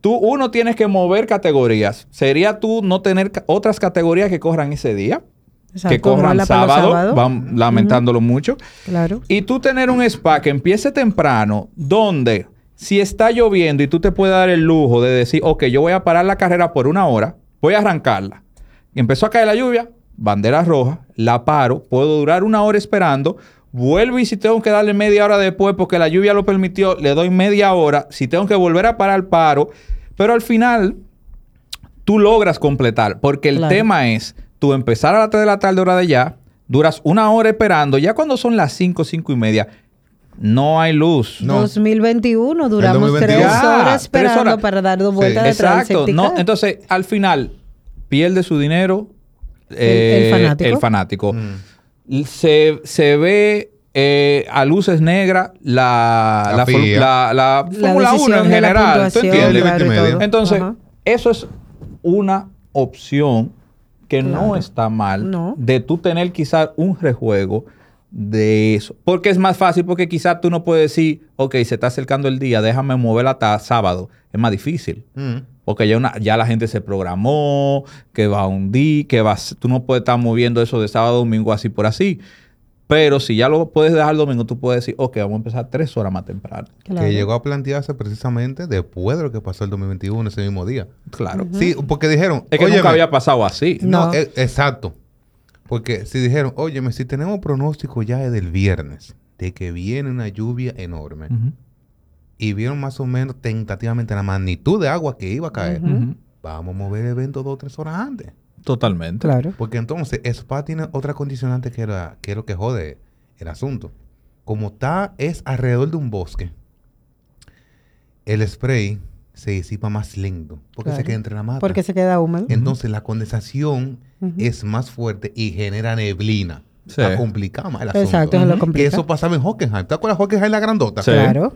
[SPEAKER 2] tú, uno, tienes que mover categorías. Sería tú no tener ca- otras categorías que corran ese día,
[SPEAKER 1] Exacto,
[SPEAKER 2] que corran
[SPEAKER 1] moverla para los
[SPEAKER 2] sábado,
[SPEAKER 1] sábados.
[SPEAKER 2] van lamentándolo mucho.
[SPEAKER 1] Claro.
[SPEAKER 2] Y tú tener un spa que empiece temprano, donde si está lloviendo y tú te puedes dar el lujo de decir, ok, yo voy a parar la carrera por una hora, voy a arrancarla. Y empezó a caer la lluvia, bandera roja, la paro, puedo durar una hora esperando, vuelvo y si tengo que darle media hora después porque la lluvia lo permitió, le doy media hora, si tengo que volver a parar, paro. Pero al final, tú logras completar. Porque el
[SPEAKER 1] Claro.
[SPEAKER 2] tema es, tú empezar a las 3 de la tarde, hora de ya, duras una hora esperando, ya cuando son las 5, 5 y media, no hay luz.
[SPEAKER 3] No.
[SPEAKER 1] 2021, duramos
[SPEAKER 3] 2021.
[SPEAKER 1] tres
[SPEAKER 2] Ya,
[SPEAKER 1] horas
[SPEAKER 2] tres
[SPEAKER 1] esperando
[SPEAKER 2] horas.
[SPEAKER 1] para dar dos
[SPEAKER 3] Sí.
[SPEAKER 1] vueltas de
[SPEAKER 2] Exacto.
[SPEAKER 1] transectica.
[SPEAKER 2] No, entonces, al final, pierde su dinero eh,
[SPEAKER 1] el fanático.
[SPEAKER 2] el fanático.
[SPEAKER 3] Mm.
[SPEAKER 2] Se, se ve eh, a luces negras la,
[SPEAKER 3] La
[SPEAKER 2] la, for-
[SPEAKER 3] FIA.
[SPEAKER 2] la- la
[SPEAKER 1] La
[SPEAKER 2] Fórmula 1
[SPEAKER 1] decisión
[SPEAKER 2] en
[SPEAKER 1] de la
[SPEAKER 2] general. ¿Tú
[SPEAKER 1] puntuación,
[SPEAKER 2] entiendes?
[SPEAKER 1] claro, y
[SPEAKER 3] Límite y
[SPEAKER 1] todo.
[SPEAKER 3] medio.
[SPEAKER 2] Entonces,
[SPEAKER 1] Ajá.
[SPEAKER 2] eso es una opción que no está mal
[SPEAKER 1] No.
[SPEAKER 2] de tú tener quizás un rejuego de eso. Porque es más fácil, porque quizás tú no puedes decir, ok, se está acercando el día, déjame moverla hasta sábado. Es más difícil.
[SPEAKER 3] Mm,
[SPEAKER 2] Porque ya, una- ya la gente se programó, que va a un día, que vas, tú no puedes estar moviendo eso de sábado a domingo así por así. Pero si ya lo puedes dejar el domingo, tú puedes decir, ok, vamos a empezar tres horas más temprano.
[SPEAKER 1] Claro.
[SPEAKER 3] Que llegó a plantearse precisamente después de lo que pasó el 2021, ese mismo día.
[SPEAKER 2] Claro.
[SPEAKER 3] Sí, porque dijeron.
[SPEAKER 2] Es que
[SPEAKER 3] "Óyeme,
[SPEAKER 2] nunca había pasado así.
[SPEAKER 3] No,
[SPEAKER 1] No.
[SPEAKER 3] e- exacto. Porque si dijeron, óyeme, si tenemos pronóstico ya del viernes, de que viene una lluvia enorme,
[SPEAKER 2] Ujú.
[SPEAKER 3] y vieron más o menos tentativamente la magnitud de agua que iba a caer,
[SPEAKER 2] Ujú.
[SPEAKER 3] vamos a mover el evento dos o tres horas antes.
[SPEAKER 2] Totalmente.
[SPEAKER 1] Claro.
[SPEAKER 3] Porque entonces Spa tiene otra condicionante que, era, que es lo que jode el asunto. Como está, es alrededor de un bosque, el spray se disipa más lento, porque se
[SPEAKER 1] Claro.
[SPEAKER 3] queda entre la mata.
[SPEAKER 1] Porque se queda húmedo.
[SPEAKER 3] Entonces la condensación
[SPEAKER 1] Ujú.
[SPEAKER 3] es más fuerte y genera neblina.
[SPEAKER 2] Sí.
[SPEAKER 3] Está complicado más el asunto.
[SPEAKER 1] Exacto, se lo complica.
[SPEAKER 3] Que eso pasaba en Hockenheim. ¿Te acuerdas de Hockenheim la grandota?
[SPEAKER 2] Sí.
[SPEAKER 1] Claro.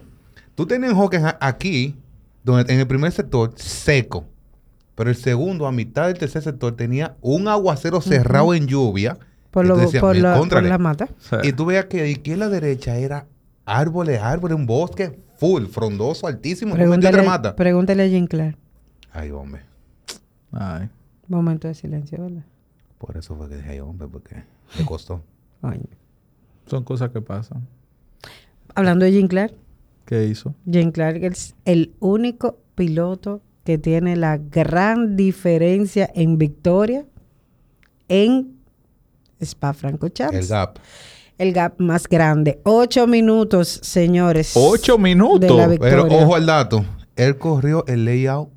[SPEAKER 3] Tú tenías en Hockenheim aquí, donde, en el primer sector, seco. Pero el segundo, a mitad del tercer sector, tenía un aguacero cerrado en lluvia.
[SPEAKER 1] Por,
[SPEAKER 3] Y
[SPEAKER 1] lo,
[SPEAKER 3] tú decías,
[SPEAKER 1] por,
[SPEAKER 3] "Mira,
[SPEAKER 1] la, por
[SPEAKER 3] contrale".
[SPEAKER 1] la mata.
[SPEAKER 2] Sí.
[SPEAKER 3] Y tú veías que de izquierda a derecha era árboles, árboles, un bosque full, frondoso, altísimo. tú metías
[SPEAKER 1] Pregúntale,
[SPEAKER 3] otra mata.
[SPEAKER 1] pregúntale a Jim Clark.
[SPEAKER 3] Ay, hombre.
[SPEAKER 2] Ay.
[SPEAKER 1] Momento de silencio, ¿verdad?
[SPEAKER 3] Por eso fue que dije, ay, hombre, porque me costó.
[SPEAKER 1] Coño.
[SPEAKER 2] Son cosas que pasan.
[SPEAKER 1] Hablando de Jim Clark,
[SPEAKER 2] ¿Qué hizo?
[SPEAKER 1] Jim Clark es el único piloto que tiene la gran diferencia en victoria en Spa Franco
[SPEAKER 3] el gap.
[SPEAKER 1] El gap más grande. Ocho minutos, señores.
[SPEAKER 2] Ocho
[SPEAKER 1] De la
[SPEAKER 2] minutos.
[SPEAKER 1] vic-
[SPEAKER 3] Pero
[SPEAKER 1] Victoria.
[SPEAKER 3] ojo al dato. Él corrió el layout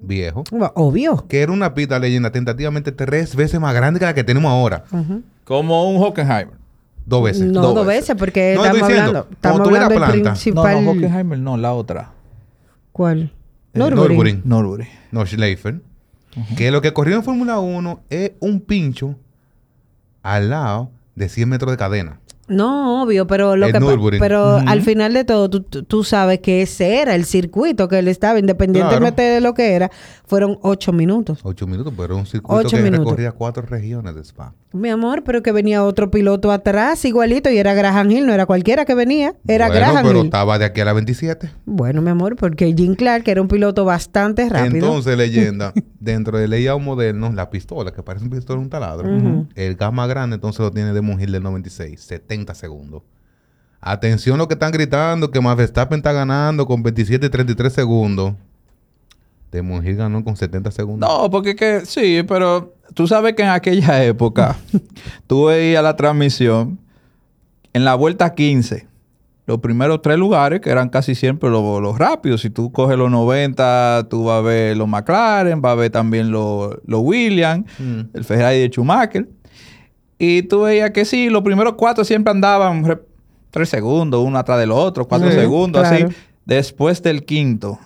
[SPEAKER 3] viejo,
[SPEAKER 1] Bueno, Obvio.
[SPEAKER 3] que era una pista leyenda tentativamente tres veces más grande que la que tenemos ahora.
[SPEAKER 1] Ujú.
[SPEAKER 2] Como un Hockenheimer.
[SPEAKER 3] Dos veces.
[SPEAKER 1] No, dos veces, porque
[SPEAKER 3] No,
[SPEAKER 1] estamos
[SPEAKER 3] estoy diciendo,
[SPEAKER 1] hablando.
[SPEAKER 3] cuando
[SPEAKER 1] Estamos
[SPEAKER 3] tú ves la
[SPEAKER 1] hablando del
[SPEAKER 3] planta,
[SPEAKER 2] No,
[SPEAKER 1] principal.
[SPEAKER 2] no, Hockenheimer no, la otra.
[SPEAKER 1] ¿Cuál?
[SPEAKER 3] Eh,
[SPEAKER 1] Nürburgring.
[SPEAKER 3] Nürburgring.
[SPEAKER 2] Norbury.
[SPEAKER 3] No, Schleifer. Que lo que corrió en Fórmula 1 es un pincho al lado de 100 metros de cadena.
[SPEAKER 1] No, obvio, pero lo
[SPEAKER 3] El
[SPEAKER 1] que pa-
[SPEAKER 3] Nürburgring.
[SPEAKER 1] pero al final de todo tú, tú- tú sabes que ese era el circuito que él estaba, independientemente de lo que era, fueron ocho minutos.
[SPEAKER 3] Ocho minutos, pero era un circuito
[SPEAKER 1] Ocho
[SPEAKER 3] que
[SPEAKER 1] minutos.
[SPEAKER 3] recorría cuatro regiones de Spa.
[SPEAKER 1] Mi amor, pero que venía otro piloto atrás, igualito, y era Graham Hill, no era cualquiera que venía, era
[SPEAKER 3] bueno,
[SPEAKER 1] Graham
[SPEAKER 3] pero
[SPEAKER 1] Hill.
[SPEAKER 3] estaba de aquí a la 27.
[SPEAKER 1] Bueno, mi amor, porque Jim Clark que era un piloto bastante rápido. *laughs*
[SPEAKER 3] Entonces, leyenda, dentro del layout moderno, la pistola, que parece un pistola, un taladro, el gas más grande, entonces lo tiene de Hill del 96, 70 segundos. Atención lo que están gritando, que más Verstappen está ganando con 27 y 33 segundos. De Hill ganó con 70 segundos.
[SPEAKER 2] No, porque es que sí, pero tú sabes que en
[SPEAKER 1] *laughs*
[SPEAKER 2] aquella época tú veías la transmisión en la vuelta 15. Los primeros tres lugares, que eran casi siempre los, los rápidos. Si tú coges los 90, tú vas a ver los McLaren, vas a ver también los los Williams,
[SPEAKER 3] Mm.
[SPEAKER 2] el Ferrari de Schumacher. Y tú veías que sí, los primeros cuatro siempre andaban re- tres segundos, uno atrás del otro, cuatro
[SPEAKER 1] Sí,
[SPEAKER 2] segundos,
[SPEAKER 1] claro.
[SPEAKER 2] así. Después del quinto,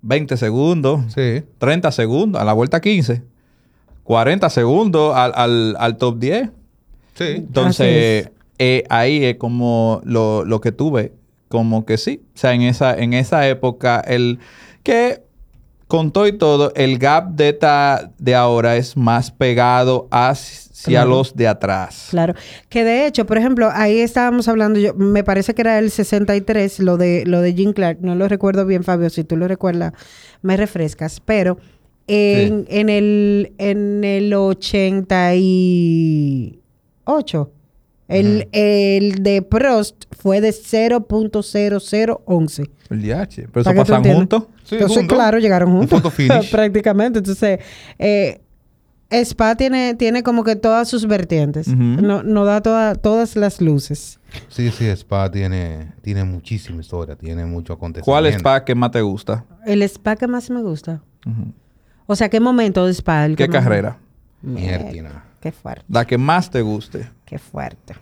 [SPEAKER 2] 20 segundos,
[SPEAKER 3] Sí.
[SPEAKER 2] 30 segundos a la vuelta 15, 40 segundos al, al- al top 10.
[SPEAKER 3] Sí.
[SPEAKER 2] Entonces, eh, ahí es como lo, lo que tuve, como que sí. O sea, en esa, en esa época, el que con todo y todo, el gap de, esta- de ahora es más pegado hacia
[SPEAKER 1] Claro.
[SPEAKER 2] los de atrás.
[SPEAKER 1] Claro. Que de hecho, por ejemplo, ahí estábamos hablando, yo, me parece que era el 63, lo de, lo de Jim Clark. No lo recuerdo bien, Fabio. Si tú lo recuerdas, me refrescas. Pero en, en el, en el 88, el, el de Prost fue de 0.0011.
[SPEAKER 2] El DH. Pero
[SPEAKER 1] Para que tú
[SPEAKER 2] eso pasan
[SPEAKER 1] entiendas.
[SPEAKER 2] juntos.
[SPEAKER 3] Sí,
[SPEAKER 1] Entonces,
[SPEAKER 3] juntos.
[SPEAKER 1] claro, llegaron
[SPEAKER 3] Un
[SPEAKER 1] juntos. *laughs*
[SPEAKER 3] photo finish.
[SPEAKER 1] prácticamente. Entonces, eh, Spa tiene, tiene como que todas sus vertientes.
[SPEAKER 2] Ujú.
[SPEAKER 1] no, no da toda- todas las luces.
[SPEAKER 3] Sí, sí, Spa tiene, tiene muchísima historia, tiene mucho acontecimiento.
[SPEAKER 2] ¿Cuál es para que más te gusta?
[SPEAKER 1] El Spa que más me gusta.
[SPEAKER 2] Ujú.
[SPEAKER 1] O sea, ¿qué momento de Spa? El que
[SPEAKER 2] ¿Qué
[SPEAKER 1] más-
[SPEAKER 2] carrera?
[SPEAKER 3] Mierda.
[SPEAKER 1] Qué fuerte,
[SPEAKER 2] La que más te guste.
[SPEAKER 1] qué fuerte.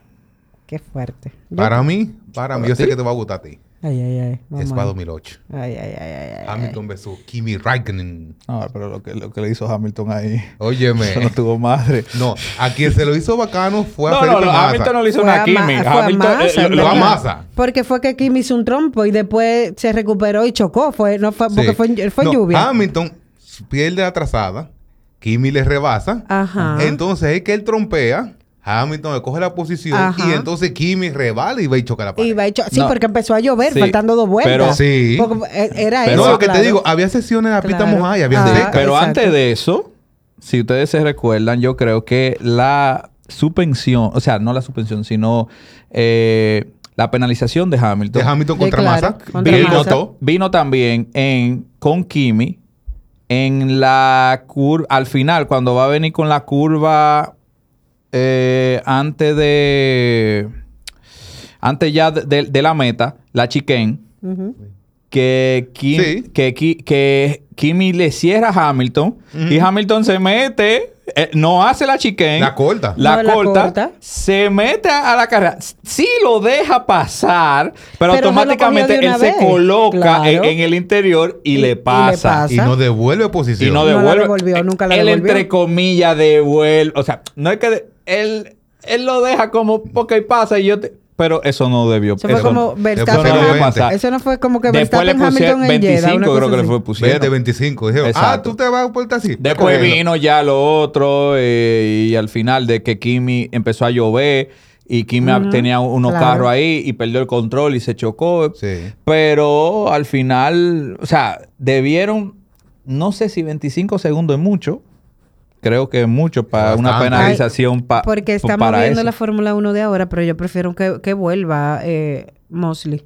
[SPEAKER 1] Qué fuerte. Yo-
[SPEAKER 3] Para mí, para mí, yo sé
[SPEAKER 2] ti?
[SPEAKER 3] que te va a gustar a ti.
[SPEAKER 1] Ay, ay, ay. mamá.
[SPEAKER 3] Spa 2008.
[SPEAKER 1] Ay, ay, ay, ay, ay, ay.
[SPEAKER 3] Hamilton besó Kimi Raikkonen.
[SPEAKER 2] No, pero lo que, lo que le hizo Hamilton ahí.
[SPEAKER 3] Óyeme.
[SPEAKER 2] Eso *laughs* no tuvo madre.
[SPEAKER 3] No, a quien se lo hizo bacano fue a
[SPEAKER 2] No, no,
[SPEAKER 3] Felipe
[SPEAKER 2] no,
[SPEAKER 3] Massa.
[SPEAKER 2] Hamilton no le hizo
[SPEAKER 1] Fue
[SPEAKER 2] una
[SPEAKER 1] a
[SPEAKER 2] Kimi.
[SPEAKER 1] Ma- fue a
[SPEAKER 2] Hamilton eh,
[SPEAKER 1] Massa,
[SPEAKER 2] lo-
[SPEAKER 1] en
[SPEAKER 2] lo-
[SPEAKER 3] a
[SPEAKER 1] verdad.
[SPEAKER 3] Massa.
[SPEAKER 1] Porque fue que Kim hizo un trompo y después se recuperó y chocó. Fue, no fue,
[SPEAKER 3] Sí.
[SPEAKER 1] porque fue, fue
[SPEAKER 3] No,
[SPEAKER 1] lluvia.
[SPEAKER 3] Hamilton pierde atrasada. Kimi le rebasa.
[SPEAKER 1] Ajá.
[SPEAKER 3] Entonces es que él trompea. Hamilton le coge la posición
[SPEAKER 1] Ajá.
[SPEAKER 3] y entonces Kimi rebala y va y choca la pared.
[SPEAKER 1] Y va hecho- sí,
[SPEAKER 2] No.
[SPEAKER 1] porque empezó a llover,
[SPEAKER 2] Sí,
[SPEAKER 1] faltando dos vueltas.
[SPEAKER 2] pero-
[SPEAKER 3] Sí.
[SPEAKER 1] Porque, eh, era
[SPEAKER 2] Pero-
[SPEAKER 1] eso.
[SPEAKER 3] no, lo que
[SPEAKER 1] claro.
[SPEAKER 3] te digo,
[SPEAKER 2] ah,
[SPEAKER 3] había sesiones en la pista
[SPEAKER 1] Claro.
[SPEAKER 3] mojada y había
[SPEAKER 1] Ah,
[SPEAKER 2] Sí,
[SPEAKER 3] seca.
[SPEAKER 2] pero
[SPEAKER 1] exacto.
[SPEAKER 2] antes de eso, si ustedes se recuerdan, yo creo que la suspensión, o sea, no la suspensión, sino eh, la penalización de Hamilton,
[SPEAKER 3] de Hamilton
[SPEAKER 1] De
[SPEAKER 3] contra
[SPEAKER 1] claro,
[SPEAKER 3] Massa,
[SPEAKER 1] contra
[SPEAKER 3] que él
[SPEAKER 1] Massa.
[SPEAKER 3] notó.
[SPEAKER 2] vino también en con Kimi en la curva, al final, cuando va a venir con la curva eh, antes de, antes ya de, de- de la meta, la chicane
[SPEAKER 1] Ujú.
[SPEAKER 2] que, Kim-
[SPEAKER 3] Sí.
[SPEAKER 2] que, Ki- que Kimi le cierra a Hamilton
[SPEAKER 3] Ujú.
[SPEAKER 2] y Hamilton se mete, eh, no hace la chicane,
[SPEAKER 3] La corta.
[SPEAKER 2] la
[SPEAKER 1] No, la
[SPEAKER 2] corta,
[SPEAKER 1] corta.
[SPEAKER 2] se mete a la carrera. S- Sí lo deja pasar, pero,
[SPEAKER 1] Pero no lo
[SPEAKER 2] automáticamente
[SPEAKER 1] cogió de
[SPEAKER 2] él
[SPEAKER 1] una
[SPEAKER 2] se
[SPEAKER 1] vez.
[SPEAKER 2] coloca en,
[SPEAKER 1] Claro.
[SPEAKER 2] en el interior y,
[SPEAKER 1] Y- y
[SPEAKER 2] le
[SPEAKER 1] le
[SPEAKER 2] pasa.
[SPEAKER 1] pasa.
[SPEAKER 3] y no devuelve posición.
[SPEAKER 2] Y no
[SPEAKER 1] la
[SPEAKER 2] devuelve. Eh,
[SPEAKER 1] devolvió, nunca la
[SPEAKER 2] él,
[SPEAKER 1] devolvió.
[SPEAKER 2] entre comillas, devuelve. O sea, no es que. de- él, él lo deja como porque pasa y yo te- Pero eso no debió
[SPEAKER 1] Eso fue
[SPEAKER 2] eso
[SPEAKER 1] como
[SPEAKER 2] no-
[SPEAKER 1] Verstappen.
[SPEAKER 2] eso no debió
[SPEAKER 3] Hamilton.
[SPEAKER 2] pasar.
[SPEAKER 1] Eso no fue como que
[SPEAKER 2] Después le
[SPEAKER 1] Verstappen
[SPEAKER 2] pusieron
[SPEAKER 1] Hamilton en
[SPEAKER 2] 25,
[SPEAKER 1] Jeddah, una
[SPEAKER 2] creo
[SPEAKER 1] cosa
[SPEAKER 2] que le
[SPEAKER 1] así.
[SPEAKER 2] fue pusieron.
[SPEAKER 3] de 25. Dijeron, ah,
[SPEAKER 2] Exacto.
[SPEAKER 3] tú te vas a puerta así.
[SPEAKER 2] Después
[SPEAKER 3] Cógelo.
[SPEAKER 2] vino ya lo otro eh, y al final de que Kimi empezó a llover y Kimi
[SPEAKER 1] Ujú,
[SPEAKER 2] tenía unos
[SPEAKER 1] claro.
[SPEAKER 2] carros ahí y perdió el control y se chocó.
[SPEAKER 3] Sí.
[SPEAKER 2] Pero al final, o sea, debieron, no sé si 25 segundos es mucho. Creo que es mucho para una
[SPEAKER 3] Bastante.
[SPEAKER 2] penalización pa-
[SPEAKER 1] Porque
[SPEAKER 2] pa-
[SPEAKER 1] estamos
[SPEAKER 2] para
[SPEAKER 1] viendo
[SPEAKER 2] eso.
[SPEAKER 1] la Fórmula 1 de ahora, pero yo prefiero que, que vuelva eh, Mosley.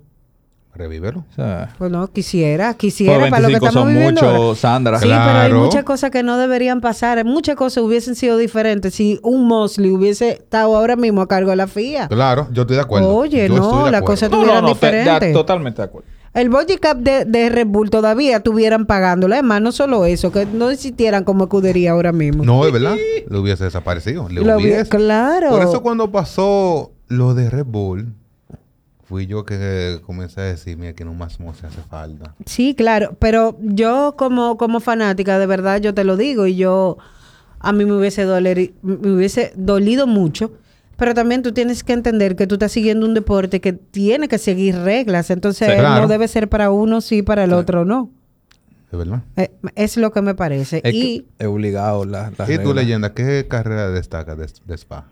[SPEAKER 3] Revívelo.
[SPEAKER 2] O sea,
[SPEAKER 1] Pues no, quisiera, quisiera
[SPEAKER 2] pues
[SPEAKER 1] para lo que
[SPEAKER 2] 25
[SPEAKER 1] estamos
[SPEAKER 2] son
[SPEAKER 1] viviendo ahora.
[SPEAKER 2] muchos, Sandra.
[SPEAKER 1] Sí, pero hay
[SPEAKER 3] Claro.
[SPEAKER 1] muchas cosas que no deberían pasar. Muchas cosas hubiesen sido diferentes si un Mosley hubiese estado ahora mismo a cargo de la FIA.
[SPEAKER 3] Claro, yo estoy de acuerdo.
[SPEAKER 1] Oye,
[SPEAKER 3] Yo
[SPEAKER 1] no,
[SPEAKER 3] estoy de
[SPEAKER 1] la
[SPEAKER 3] acuerdo.
[SPEAKER 1] cosa-
[SPEAKER 2] No, no,
[SPEAKER 1] Estuvieran
[SPEAKER 2] no, te- ya
[SPEAKER 1] diferentes.
[SPEAKER 2] totalmente de acuerdo.
[SPEAKER 1] El body cap de, de Red Bull todavía estuvieran pagándola. Además, no solo eso, que no existieran como escudería ahora mismo.
[SPEAKER 3] No, es verdad. Le hubiese desaparecido. Le
[SPEAKER 1] Lo vi-
[SPEAKER 3] hubiese.
[SPEAKER 1] claro.
[SPEAKER 3] Por eso cuando pasó lo de Red Bull, fui yo que eh, comencé a decir, mira, que no más se hace falta.
[SPEAKER 1] Sí, claro, pero yo como, como fanática, de verdad, yo te lo digo, y yo, a mí me hubiese, doleri- me hubiese dolido mucho, pero también tú tienes que entender que tú estás siguiendo un deporte que tiene que seguir reglas, entonces
[SPEAKER 3] Sí, claro.
[SPEAKER 1] no debe ser para uno sí, para el otro no.
[SPEAKER 3] Es verdad.
[SPEAKER 1] Eh, es lo que me parece.
[SPEAKER 2] Es, que-
[SPEAKER 1] y
[SPEAKER 2] es obligado la, las
[SPEAKER 3] ¿Y tu
[SPEAKER 2] reglas.
[SPEAKER 3] leyenda? ¿Qué carrera destaca de,
[SPEAKER 2] *laughs*
[SPEAKER 3] de Spa?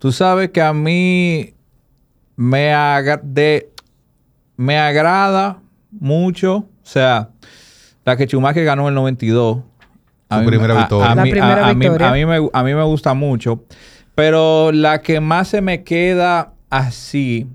[SPEAKER 2] Tú sabes que a mí me, agra- de- me agrada mucho. O sea, la que Schumacher ganó en el 92.
[SPEAKER 3] Su
[SPEAKER 2] mí-
[SPEAKER 3] primera victoria.
[SPEAKER 1] La primera
[SPEAKER 2] a- a mí-
[SPEAKER 1] victoria.
[SPEAKER 2] a mí me, a mí me gusta mucho. Pero la que más se me queda así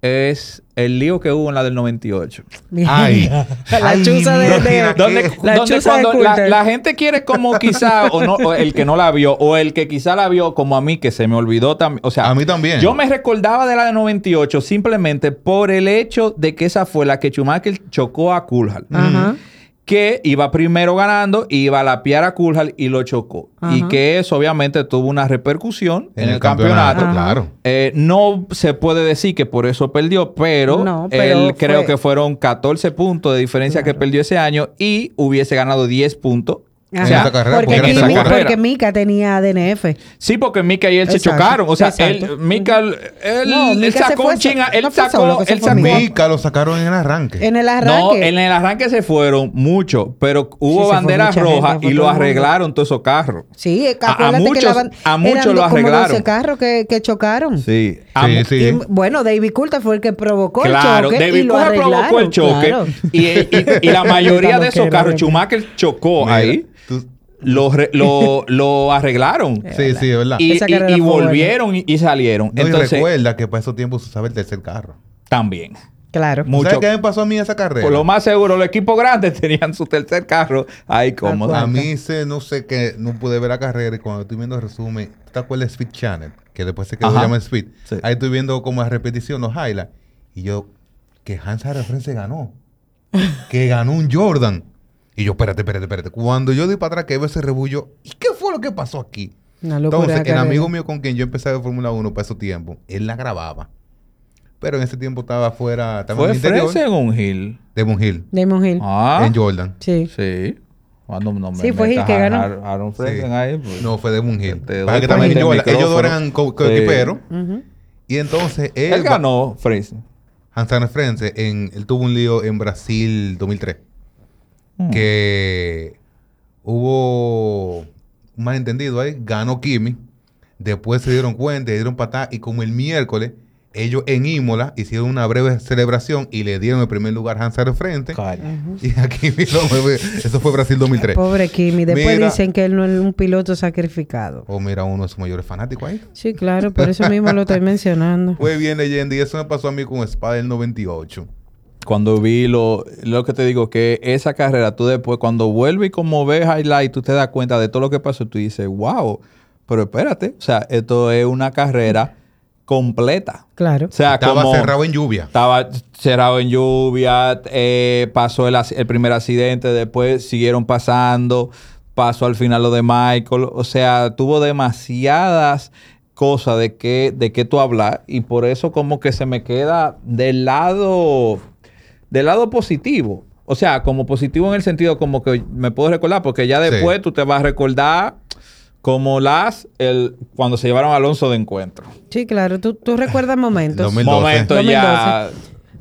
[SPEAKER 2] es el lío que hubo en la del 98.
[SPEAKER 1] *laughs*
[SPEAKER 3] Ay.
[SPEAKER 1] la
[SPEAKER 3] Ay,
[SPEAKER 1] chuza de... de-
[SPEAKER 3] imagínate.
[SPEAKER 2] Donde,
[SPEAKER 1] La
[SPEAKER 2] donde
[SPEAKER 1] chuza de
[SPEAKER 2] cuando la,
[SPEAKER 1] Coulter.
[SPEAKER 2] la gente quiere como quizá, o, no, o el que no la vio, o el que quizá la vio como a mí, que se me olvidó también. O sea,
[SPEAKER 3] A mí también.
[SPEAKER 2] Yo me recordaba de la de 98 simplemente por el hecho de que esa fue la que Schumacher chocó a Kulhal.
[SPEAKER 3] Mm.
[SPEAKER 1] Ajá.
[SPEAKER 2] Que iba primero ganando, iba a lapiar a Kulhal y lo chocó. Y
[SPEAKER 1] Ajá.
[SPEAKER 2] que eso obviamente tuvo una repercusión en, el campeonato.
[SPEAKER 3] Claro.
[SPEAKER 2] Eh, no se puede decir que por eso perdió, pero,
[SPEAKER 1] No, pero
[SPEAKER 2] él
[SPEAKER 1] fue-
[SPEAKER 2] creo que fueron 14 puntos de diferencia que perdió ese año y hubiese ganado 10 puntos.
[SPEAKER 1] Ajá.
[SPEAKER 2] O sea,
[SPEAKER 3] esa carrera,
[SPEAKER 1] porque,
[SPEAKER 3] porque era esa
[SPEAKER 1] Kimi-
[SPEAKER 3] carrera.
[SPEAKER 1] porque Mika tenía DNF.
[SPEAKER 2] Sí, porque Mika y él se
[SPEAKER 1] Exacto,
[SPEAKER 2] chocaron. O sea,
[SPEAKER 1] exacto.
[SPEAKER 2] él, Mika, él,
[SPEAKER 1] No,
[SPEAKER 2] él
[SPEAKER 1] Mika se
[SPEAKER 2] sacó
[SPEAKER 1] fue
[SPEAKER 2] un chinga,
[SPEAKER 1] so-
[SPEAKER 2] él
[SPEAKER 1] no fue
[SPEAKER 2] sacó,
[SPEAKER 1] solo, que se
[SPEAKER 2] él
[SPEAKER 1] fue
[SPEAKER 2] sacó.
[SPEAKER 1] Mika.
[SPEAKER 3] Mica lo sacaron en el arranque.
[SPEAKER 1] En el
[SPEAKER 2] No,
[SPEAKER 1] arranque.
[SPEAKER 2] en el arranque se fueron muchos, pero
[SPEAKER 1] Sí,
[SPEAKER 2] hubo
[SPEAKER 1] se fue
[SPEAKER 2] banderas
[SPEAKER 1] mucha gente,
[SPEAKER 2] rojas
[SPEAKER 1] fue
[SPEAKER 2] y lo
[SPEAKER 1] todo el mundo.
[SPEAKER 2] arreglaron todos esos carros.
[SPEAKER 1] Sí,
[SPEAKER 2] A- a
[SPEAKER 1] acuérdate que la
[SPEAKER 2] muchos-
[SPEAKER 1] ban-
[SPEAKER 2] a muchos
[SPEAKER 1] eran
[SPEAKER 2] lo
[SPEAKER 1] como
[SPEAKER 2] arreglaron.
[SPEAKER 1] 12 carros que, que chocaron.
[SPEAKER 2] Sí.
[SPEAKER 3] Sí, sí.
[SPEAKER 1] Y, bueno, David Coulter fue el que provocó
[SPEAKER 2] Claro,
[SPEAKER 1] el choque.
[SPEAKER 2] David
[SPEAKER 1] y lo
[SPEAKER 2] Coulter provocó
[SPEAKER 1] arreglaron,
[SPEAKER 2] el choque.
[SPEAKER 1] claro.
[SPEAKER 2] Y, y-
[SPEAKER 1] *laughs*
[SPEAKER 2] y la mayoría de esos
[SPEAKER 1] Loquero,
[SPEAKER 2] carros,
[SPEAKER 1] loquero.
[SPEAKER 2] Schumacher chocó
[SPEAKER 3] Mira,
[SPEAKER 2] ahí,
[SPEAKER 3] tú-
[SPEAKER 2] lo, re-
[SPEAKER 1] *laughs*
[SPEAKER 2] lo, lo arreglaron.
[SPEAKER 3] sí, sí, es verdad.
[SPEAKER 2] Y,
[SPEAKER 1] Esa
[SPEAKER 2] y-
[SPEAKER 1] carrera
[SPEAKER 2] y
[SPEAKER 1] fue buena.
[SPEAKER 2] volvieron y, y salieron.
[SPEAKER 3] No, y
[SPEAKER 2] Entonces,
[SPEAKER 3] recuerda que para esos tiempos se usaba el tercer carro.
[SPEAKER 2] también.
[SPEAKER 1] Claro.
[SPEAKER 2] Mucho.
[SPEAKER 3] ¿Sabes qué me pasó a mí esa carrera?
[SPEAKER 2] Por lo más seguro, los equipos grandes *laughs* tenían su tercer carro ahí cómodo.
[SPEAKER 3] A mí se, no sé qué, no pude ver la carrera y cuando estoy viendo el resumen, ¿te acuerdas de Speed Channel? Que después se quedó
[SPEAKER 2] Ajá.
[SPEAKER 3] llamado Speed.
[SPEAKER 2] Sí.
[SPEAKER 3] Ahí estoy viendo como la repetición, los highlights. Y yo, que Hans Harafren
[SPEAKER 2] *laughs*
[SPEAKER 3] se ganó. que ganó un Jordan. Y yo, espérate, espérate, espérate. Cuando yo di para atrás que veo ese rebullo, ¿y qué fue lo que pasó aquí?
[SPEAKER 1] Una locura
[SPEAKER 3] Entonces, el
[SPEAKER 1] carrera.
[SPEAKER 3] amigo mío con quien yo empecé de Fórmula 1 para ese tiempo, él la grababa. Pero en ese tiempo estaba afuera, estaba en
[SPEAKER 2] Fue
[SPEAKER 3] el interior
[SPEAKER 2] Frenzen un Hill.
[SPEAKER 3] de Mungil,
[SPEAKER 1] Damon Hill.
[SPEAKER 2] Ah,
[SPEAKER 3] en Jordan.
[SPEAKER 1] Sí.
[SPEAKER 2] sí. Cuando no me
[SPEAKER 1] Sí, fue Hill
[SPEAKER 2] metas
[SPEAKER 1] que
[SPEAKER 2] a
[SPEAKER 1] ganó.
[SPEAKER 2] Aaron- Aaron Frenzen
[SPEAKER 3] Sí.
[SPEAKER 2] ahí. pues,
[SPEAKER 3] No, fue de Mungil.
[SPEAKER 2] Te doy
[SPEAKER 3] Para que
[SPEAKER 2] por
[SPEAKER 3] también
[SPEAKER 2] el
[SPEAKER 3] en Jordan, ellos
[SPEAKER 2] micrófono.
[SPEAKER 3] eran co-
[SPEAKER 2] Sí.
[SPEAKER 3] coequiperos.
[SPEAKER 1] Ujú.
[SPEAKER 3] Y entonces él,
[SPEAKER 2] Él ganó Frenzen.
[SPEAKER 3] Hans Frense, en, él tuvo un lío en Brasil 2003.
[SPEAKER 2] Mm.
[SPEAKER 3] Que hubo un malentendido ahí. Ganó Kimi. Después se dieron cuenta, y dieron patada y como el miércoles ellos en Imola hicieron una breve celebración y le dieron el primer lugar a Hansa de frente. Y aquí Milo, eso fue Brasil 2003.
[SPEAKER 1] Pobre Kimi. Después
[SPEAKER 3] Mira.
[SPEAKER 1] dicen que él no es un piloto
[SPEAKER 3] *laughs*
[SPEAKER 1] sacrificado.
[SPEAKER 3] O Oh, mira, uno de sus mayores fanáticos ahí.
[SPEAKER 1] Sí, claro, por eso mismo lo estoy
[SPEAKER 3] *laughs*
[SPEAKER 1] mencionando.
[SPEAKER 3] Fue bien leyenda y eso me pasó a mí con Spa del 98.
[SPEAKER 2] Cuando vi lo, lo que te digo, que esa carrera, tú después, cuando vuelves y como ves highlight, tú te das cuenta de todo lo que pasó, tú dices, wow, pero espérate, o sea, esto es una carrera completa.
[SPEAKER 1] Claro.
[SPEAKER 2] O sea,
[SPEAKER 3] Estaba
[SPEAKER 2] como-
[SPEAKER 3] cerrado en lluvia.
[SPEAKER 2] Estaba cerrado en lluvia, eh, pasó el, ac- el primer accidente, después siguieron pasando, pasó al final lo de Michael. O sea, tuvo demasiadas cosas de que, de que tú hablar y por eso como que se me queda del lado, del lado positivo. O sea, como positivo en el sentido como que me puedo recordar, porque ya
[SPEAKER 3] Sí.
[SPEAKER 2] después tú te vas a recordar como las, el, cuando se llevaron a Alonso de encuentro.
[SPEAKER 1] Sí, claro. Tú, tú recuerdas momentos.
[SPEAKER 3] 2012.
[SPEAKER 2] Momento ya...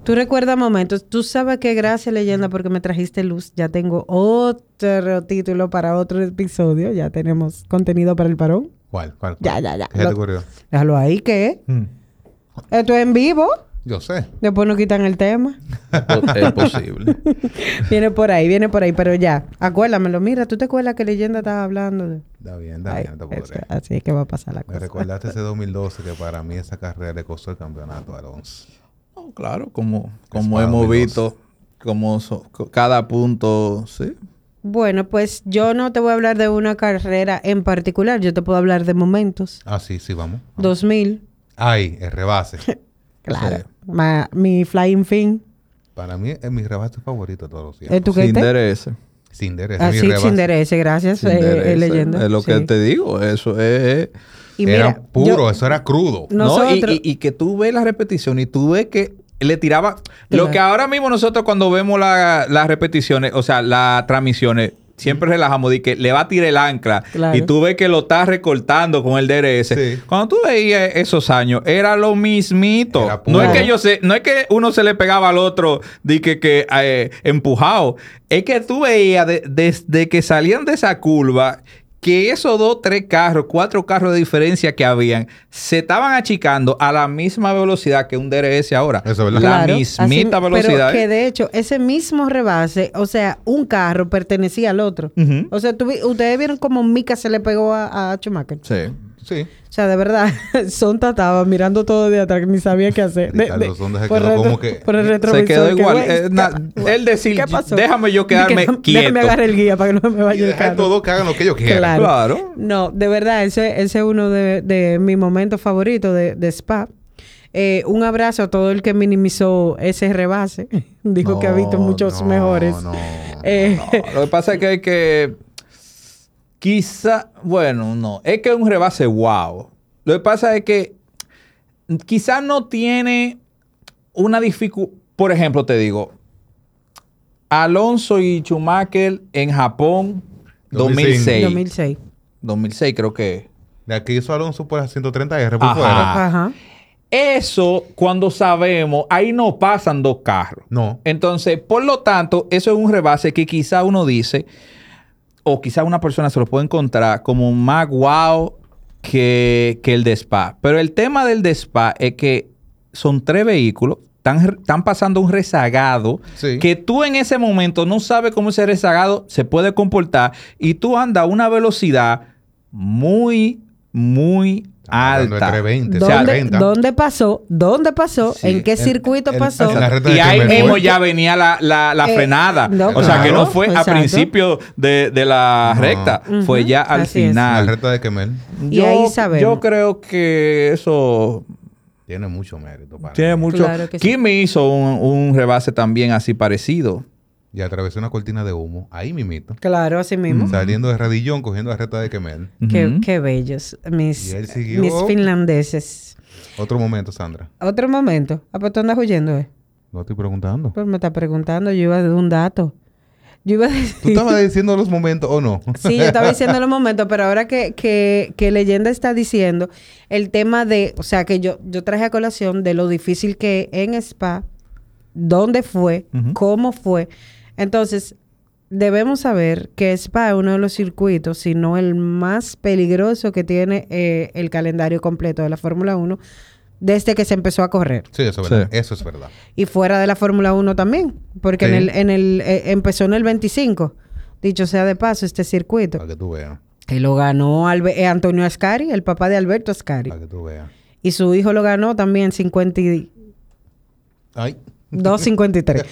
[SPEAKER 1] Tú recuerdas momentos. Tú sabes que gracias, leyenda, porque me trajiste luz. Ya tengo otro título para otro episodio. Ya tenemos contenido para el parón.
[SPEAKER 3] ¿Cuál? ¿Cuál?
[SPEAKER 1] Ya, ya, ya.
[SPEAKER 3] ¿Qué se te
[SPEAKER 1] Lo-
[SPEAKER 3] ocurrió?
[SPEAKER 1] Déjalo ahí, ¿qué?
[SPEAKER 3] Mm.
[SPEAKER 1] Esto es en vivo.
[SPEAKER 3] Yo sé.
[SPEAKER 1] Después nos quitan el tema.
[SPEAKER 2] Es posible.
[SPEAKER 1] Viene por ahí, viene por ahí, pero ya. Acuérdamelo. Mira, ¿tú te acuerdas que leyenda estaba hablando? de-
[SPEAKER 3] Está bien, está
[SPEAKER 1] Ay,
[SPEAKER 3] bien, no te
[SPEAKER 1] es-
[SPEAKER 3] podré.
[SPEAKER 1] así es que va a pasar la
[SPEAKER 3] Me
[SPEAKER 1] cosa.
[SPEAKER 3] recordaste ese 2012 que para mí esa carrera le costó el campeonato a Alonso.
[SPEAKER 2] No, claro, como, como
[SPEAKER 3] para
[SPEAKER 2] hemos
[SPEAKER 3] mí dos.
[SPEAKER 2] visto, como so- co- cada punto, sí.
[SPEAKER 1] Bueno, pues yo no te voy a hablar de una carrera en particular. Yo te puedo hablar de momentos.
[SPEAKER 3] Ah, sí, sí, vamos.
[SPEAKER 1] 2000.
[SPEAKER 3] Ay,
[SPEAKER 1] *laughs*
[SPEAKER 3] el rebase.
[SPEAKER 1] Claro. Ma- mi flying fin.
[SPEAKER 3] Para mí es mi rebase favorito de todos los días.
[SPEAKER 1] ¿Eh, ¿Tú
[SPEAKER 2] Sin
[SPEAKER 1] qué te?
[SPEAKER 2] interés.
[SPEAKER 3] Sin derecho.
[SPEAKER 1] Así, sin derece, gracias,
[SPEAKER 2] sin
[SPEAKER 1] eh, eh,
[SPEAKER 2] interés.
[SPEAKER 1] leyenda.
[SPEAKER 2] Es lo que
[SPEAKER 1] Sí.
[SPEAKER 2] te digo, eso es...
[SPEAKER 1] Y
[SPEAKER 3] era
[SPEAKER 1] mira,
[SPEAKER 3] puro,
[SPEAKER 1] yo-
[SPEAKER 3] eso era crudo.
[SPEAKER 1] No.
[SPEAKER 2] No, y-
[SPEAKER 1] Nosotros-
[SPEAKER 2] y, y que tú ves la repetición y tú ves que le tiraba... Lo
[SPEAKER 1] Claro.
[SPEAKER 2] que ahora mismo nosotros cuando vemos la- las repeticiones, o sea, las transmisiones, siempre relajamos de que le va a tirar el ancla
[SPEAKER 1] Claro.
[SPEAKER 2] y tú ves que lo está recortando con el DRS.
[SPEAKER 3] Sí.
[SPEAKER 2] Cuando tú veías esos años, era lo mismito.
[SPEAKER 3] Era puro.
[SPEAKER 2] no es que yo sé, no es que uno se le pegaba al otro de que, que, eh, empujado. Es que tú veías de- desde que salían de esa curva que esos dos, tres carros, cuatro carros de diferencia que habían, se estaban achicando a la misma velocidad que un DRS ahora.
[SPEAKER 3] Eso es verdad.
[SPEAKER 2] La
[SPEAKER 1] Claro,
[SPEAKER 2] mismita
[SPEAKER 1] así-
[SPEAKER 2] velocidad.
[SPEAKER 1] Pero que de hecho, ese mismo rebase, o sea, un carro pertenecía al otro.
[SPEAKER 2] Ujú.
[SPEAKER 1] O sea, tú vi- ustedes vieron como Mika se le pegó a, a Schumacher.
[SPEAKER 2] Sí.
[SPEAKER 3] Sí.
[SPEAKER 1] O sea, de verdad, *laughs* son tatadas mirando todo de atrás, ni sabía qué hacer. De-
[SPEAKER 3] Ricardo
[SPEAKER 1] de-
[SPEAKER 3] Sonda se
[SPEAKER 1] por
[SPEAKER 3] quedó
[SPEAKER 1] el
[SPEAKER 3] como
[SPEAKER 1] retro-
[SPEAKER 3] que-
[SPEAKER 1] por el
[SPEAKER 3] Se
[SPEAKER 1] retrovisor,
[SPEAKER 2] quedó
[SPEAKER 1] que,
[SPEAKER 2] igual.
[SPEAKER 1] güey,
[SPEAKER 2] Eh, na-
[SPEAKER 1] ¿qué-
[SPEAKER 2] él decir,
[SPEAKER 1] qué pasó?
[SPEAKER 2] "Déjame yo
[SPEAKER 1] Ni
[SPEAKER 2] quedarme
[SPEAKER 1] déjame-
[SPEAKER 2] quieto".
[SPEAKER 1] Déjame agarrar el guía para que no me
[SPEAKER 3] Y
[SPEAKER 1] vaya el
[SPEAKER 3] dejar
[SPEAKER 1] carro.
[SPEAKER 3] todo que hagan lo que ellos quieran.
[SPEAKER 1] Claro.
[SPEAKER 2] Claro.
[SPEAKER 1] No, de verdad, ese, ese es uno de, de mis momentos favoritos de, de Spa. Eh, un abrazo a todo el que minimizó ese rebase. *laughs* Dijo que ha visto
[SPEAKER 3] No,
[SPEAKER 1] muchos
[SPEAKER 3] no,
[SPEAKER 1] mejores.
[SPEAKER 3] no,
[SPEAKER 1] *laughs* Eh,
[SPEAKER 2] No, lo que pasa es que hay que. Quizá. Bueno, no. Es que es un rebase wow. Lo que pasa es que. Quizá no tiene una dificultad. Por ejemplo, te digo. Alonso y Schumacher en Japón
[SPEAKER 3] 2006.
[SPEAKER 2] 2006. 2006,
[SPEAKER 1] 2006.
[SPEAKER 2] creo que es.
[SPEAKER 3] La que hizo Alonso pues, por la 130R por
[SPEAKER 2] Ajá.
[SPEAKER 3] fuera.
[SPEAKER 1] Ajá.
[SPEAKER 2] Eso, cuando sabemos, ahí no pasan dos carros.
[SPEAKER 3] No.
[SPEAKER 2] Entonces, por lo tanto, eso es un rebase que quizá uno dice, o quizá una persona se lo puede encontrar como más guau que, que el de Spa. Pero el tema del de Spa es que son tres vehículos, están, están pasando un rezagado
[SPEAKER 3] Sí.
[SPEAKER 2] que tú en ese momento no sabes cómo ese rezagado se puede comportar y tú andas a una velocidad muy, muy
[SPEAKER 3] Hablando de
[SPEAKER 2] alta.
[SPEAKER 3] 320,
[SPEAKER 2] O sea,
[SPEAKER 1] ¿Dónde,
[SPEAKER 3] 330.
[SPEAKER 1] dónde pasó? ¿Dónde pasó?
[SPEAKER 2] Sí,
[SPEAKER 1] ¿En qué
[SPEAKER 2] en-
[SPEAKER 1] circuito
[SPEAKER 3] en-
[SPEAKER 1] pasó?
[SPEAKER 3] en la recta
[SPEAKER 2] Y
[SPEAKER 3] del
[SPEAKER 2] ahí
[SPEAKER 3] primer
[SPEAKER 2] mismo
[SPEAKER 3] golpe.
[SPEAKER 2] ya venía la, la- la
[SPEAKER 1] Eh,
[SPEAKER 2] frenada.
[SPEAKER 1] no,
[SPEAKER 2] o sea, que no
[SPEAKER 3] claro,
[SPEAKER 2] fue
[SPEAKER 1] exacto.
[SPEAKER 2] a principio de, de la
[SPEAKER 3] No.
[SPEAKER 2] recta, fue
[SPEAKER 1] Ujú,
[SPEAKER 2] ya al
[SPEAKER 1] así es.
[SPEAKER 3] La
[SPEAKER 2] final.
[SPEAKER 3] reta de Kemel
[SPEAKER 1] Y ahí sabemos.
[SPEAKER 2] Yo creo que eso
[SPEAKER 3] tiene mucho mérito para
[SPEAKER 2] tiene
[SPEAKER 3] mí.
[SPEAKER 2] mucho.
[SPEAKER 1] Claro que sí.
[SPEAKER 2] Kimi hizo un, un rebase también así parecido.
[SPEAKER 3] Y atravesó una cortina de humo. Ahí mimito.
[SPEAKER 1] Claro, así mismo.
[SPEAKER 3] Saliendo de Radillón, cogiendo la reta de Kemel
[SPEAKER 1] Qué,
[SPEAKER 2] Ujú.
[SPEAKER 1] qué bellos. Mis,
[SPEAKER 3] Mm. Y él siguió.
[SPEAKER 1] mis finlandeses.
[SPEAKER 3] Otro momento, Sandra.
[SPEAKER 1] Otro momento. ¿A tú andas huyendo? eh?
[SPEAKER 3] No estoy preguntando.
[SPEAKER 1] Pues me está preguntando. Yo iba a dar un dato. Yo iba a
[SPEAKER 3] ¿Tú
[SPEAKER 1] decir...
[SPEAKER 3] estabas diciendo los momentos o no?
[SPEAKER 1] Sí, yo estaba diciendo los momentos, pero ahora que, que, que Leyenda está diciendo el tema de, o sea, que yo, yo traje a colación de lo difícil que en Spa, dónde fue, cómo fue. Entonces, debemos saber que Spa es uno de los circuitos, si no el más peligroso que tiene eh, el calendario completo de la Fórmula 1 desde que se empezó a correr.
[SPEAKER 3] Sí, eso es
[SPEAKER 2] Sí.
[SPEAKER 3] verdad. Eso es verdad.
[SPEAKER 1] Y fuera de la Fórmula 1 también, porque en
[SPEAKER 2] Sí.
[SPEAKER 1] el, en el, eh, empezó en el 25, dicho sea de paso, este circuito.
[SPEAKER 3] Para que tú veas.
[SPEAKER 1] Que lo ganó Albe- eh, Antonio Ascari, el papá de Alberto Ascari.
[SPEAKER 3] Para que tú veas.
[SPEAKER 1] Y su hijo lo ganó también 52,
[SPEAKER 3] Ay.
[SPEAKER 2] *laughs*
[SPEAKER 1] 53.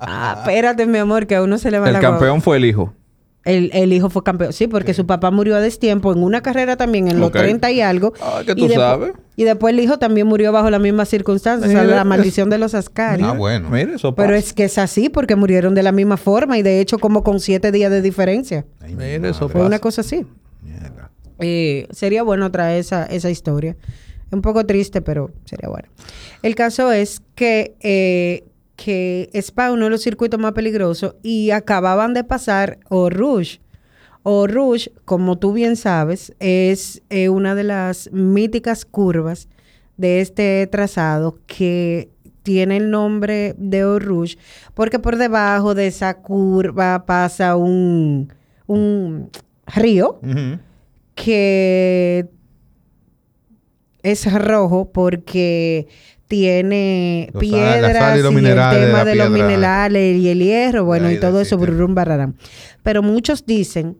[SPEAKER 1] Ah, espérate, mi amor, que a uno se le va la
[SPEAKER 2] El
[SPEAKER 1] guagua.
[SPEAKER 2] campeón fue el hijo.
[SPEAKER 1] El, el hijo fue campeón. Sí, porque su papá murió a destiempo en una carrera también, en los
[SPEAKER 2] Ok.
[SPEAKER 1] 30 y algo.
[SPEAKER 2] Ah, que
[SPEAKER 1] Y
[SPEAKER 2] tú
[SPEAKER 1] depo-
[SPEAKER 2] sabes.
[SPEAKER 1] Y después el hijo también murió bajo las mismas circunstancias, o sea,
[SPEAKER 2] Mira,
[SPEAKER 1] la
[SPEAKER 2] es-
[SPEAKER 1] maldición de los Ascari.
[SPEAKER 3] Ah, bueno.
[SPEAKER 2] Mira, eso pasa.
[SPEAKER 1] Pero es que es así, porque murieron de la misma forma y de hecho como con siete días de diferencia.
[SPEAKER 3] Ay, mi
[SPEAKER 2] Mira, eso
[SPEAKER 3] madre.
[SPEAKER 1] Fue
[SPEAKER 2] Pasa.
[SPEAKER 1] una cosa así.
[SPEAKER 3] Mierda.
[SPEAKER 1] Eh, sería bueno traer esa, esa historia. Un poco triste, pero sería bueno. El caso es que, eh, que Spa, uno de los circuitos más peligrosos, y acababan de pasar o Rouge. O Rouge, como tú bien sabes, es eh, una de las míticas curvas de este trazado que tiene el nombre de Eau Rouge, porque por debajo de esa curva pasa un, un río
[SPEAKER 3] Ujú.
[SPEAKER 1] que es rojo porque tiene
[SPEAKER 3] Los sal- la
[SPEAKER 1] piedras
[SPEAKER 3] sal y
[SPEAKER 1] y,
[SPEAKER 3] los
[SPEAKER 1] el
[SPEAKER 3] minerales de
[SPEAKER 1] tema
[SPEAKER 3] la
[SPEAKER 1] de los
[SPEAKER 3] piedra.
[SPEAKER 1] minerales y el hierro, bueno,
[SPEAKER 3] ahí
[SPEAKER 1] y todo
[SPEAKER 3] del
[SPEAKER 1] eso,
[SPEAKER 3] sitio.
[SPEAKER 1] brurum bararán. Pero muchos dicen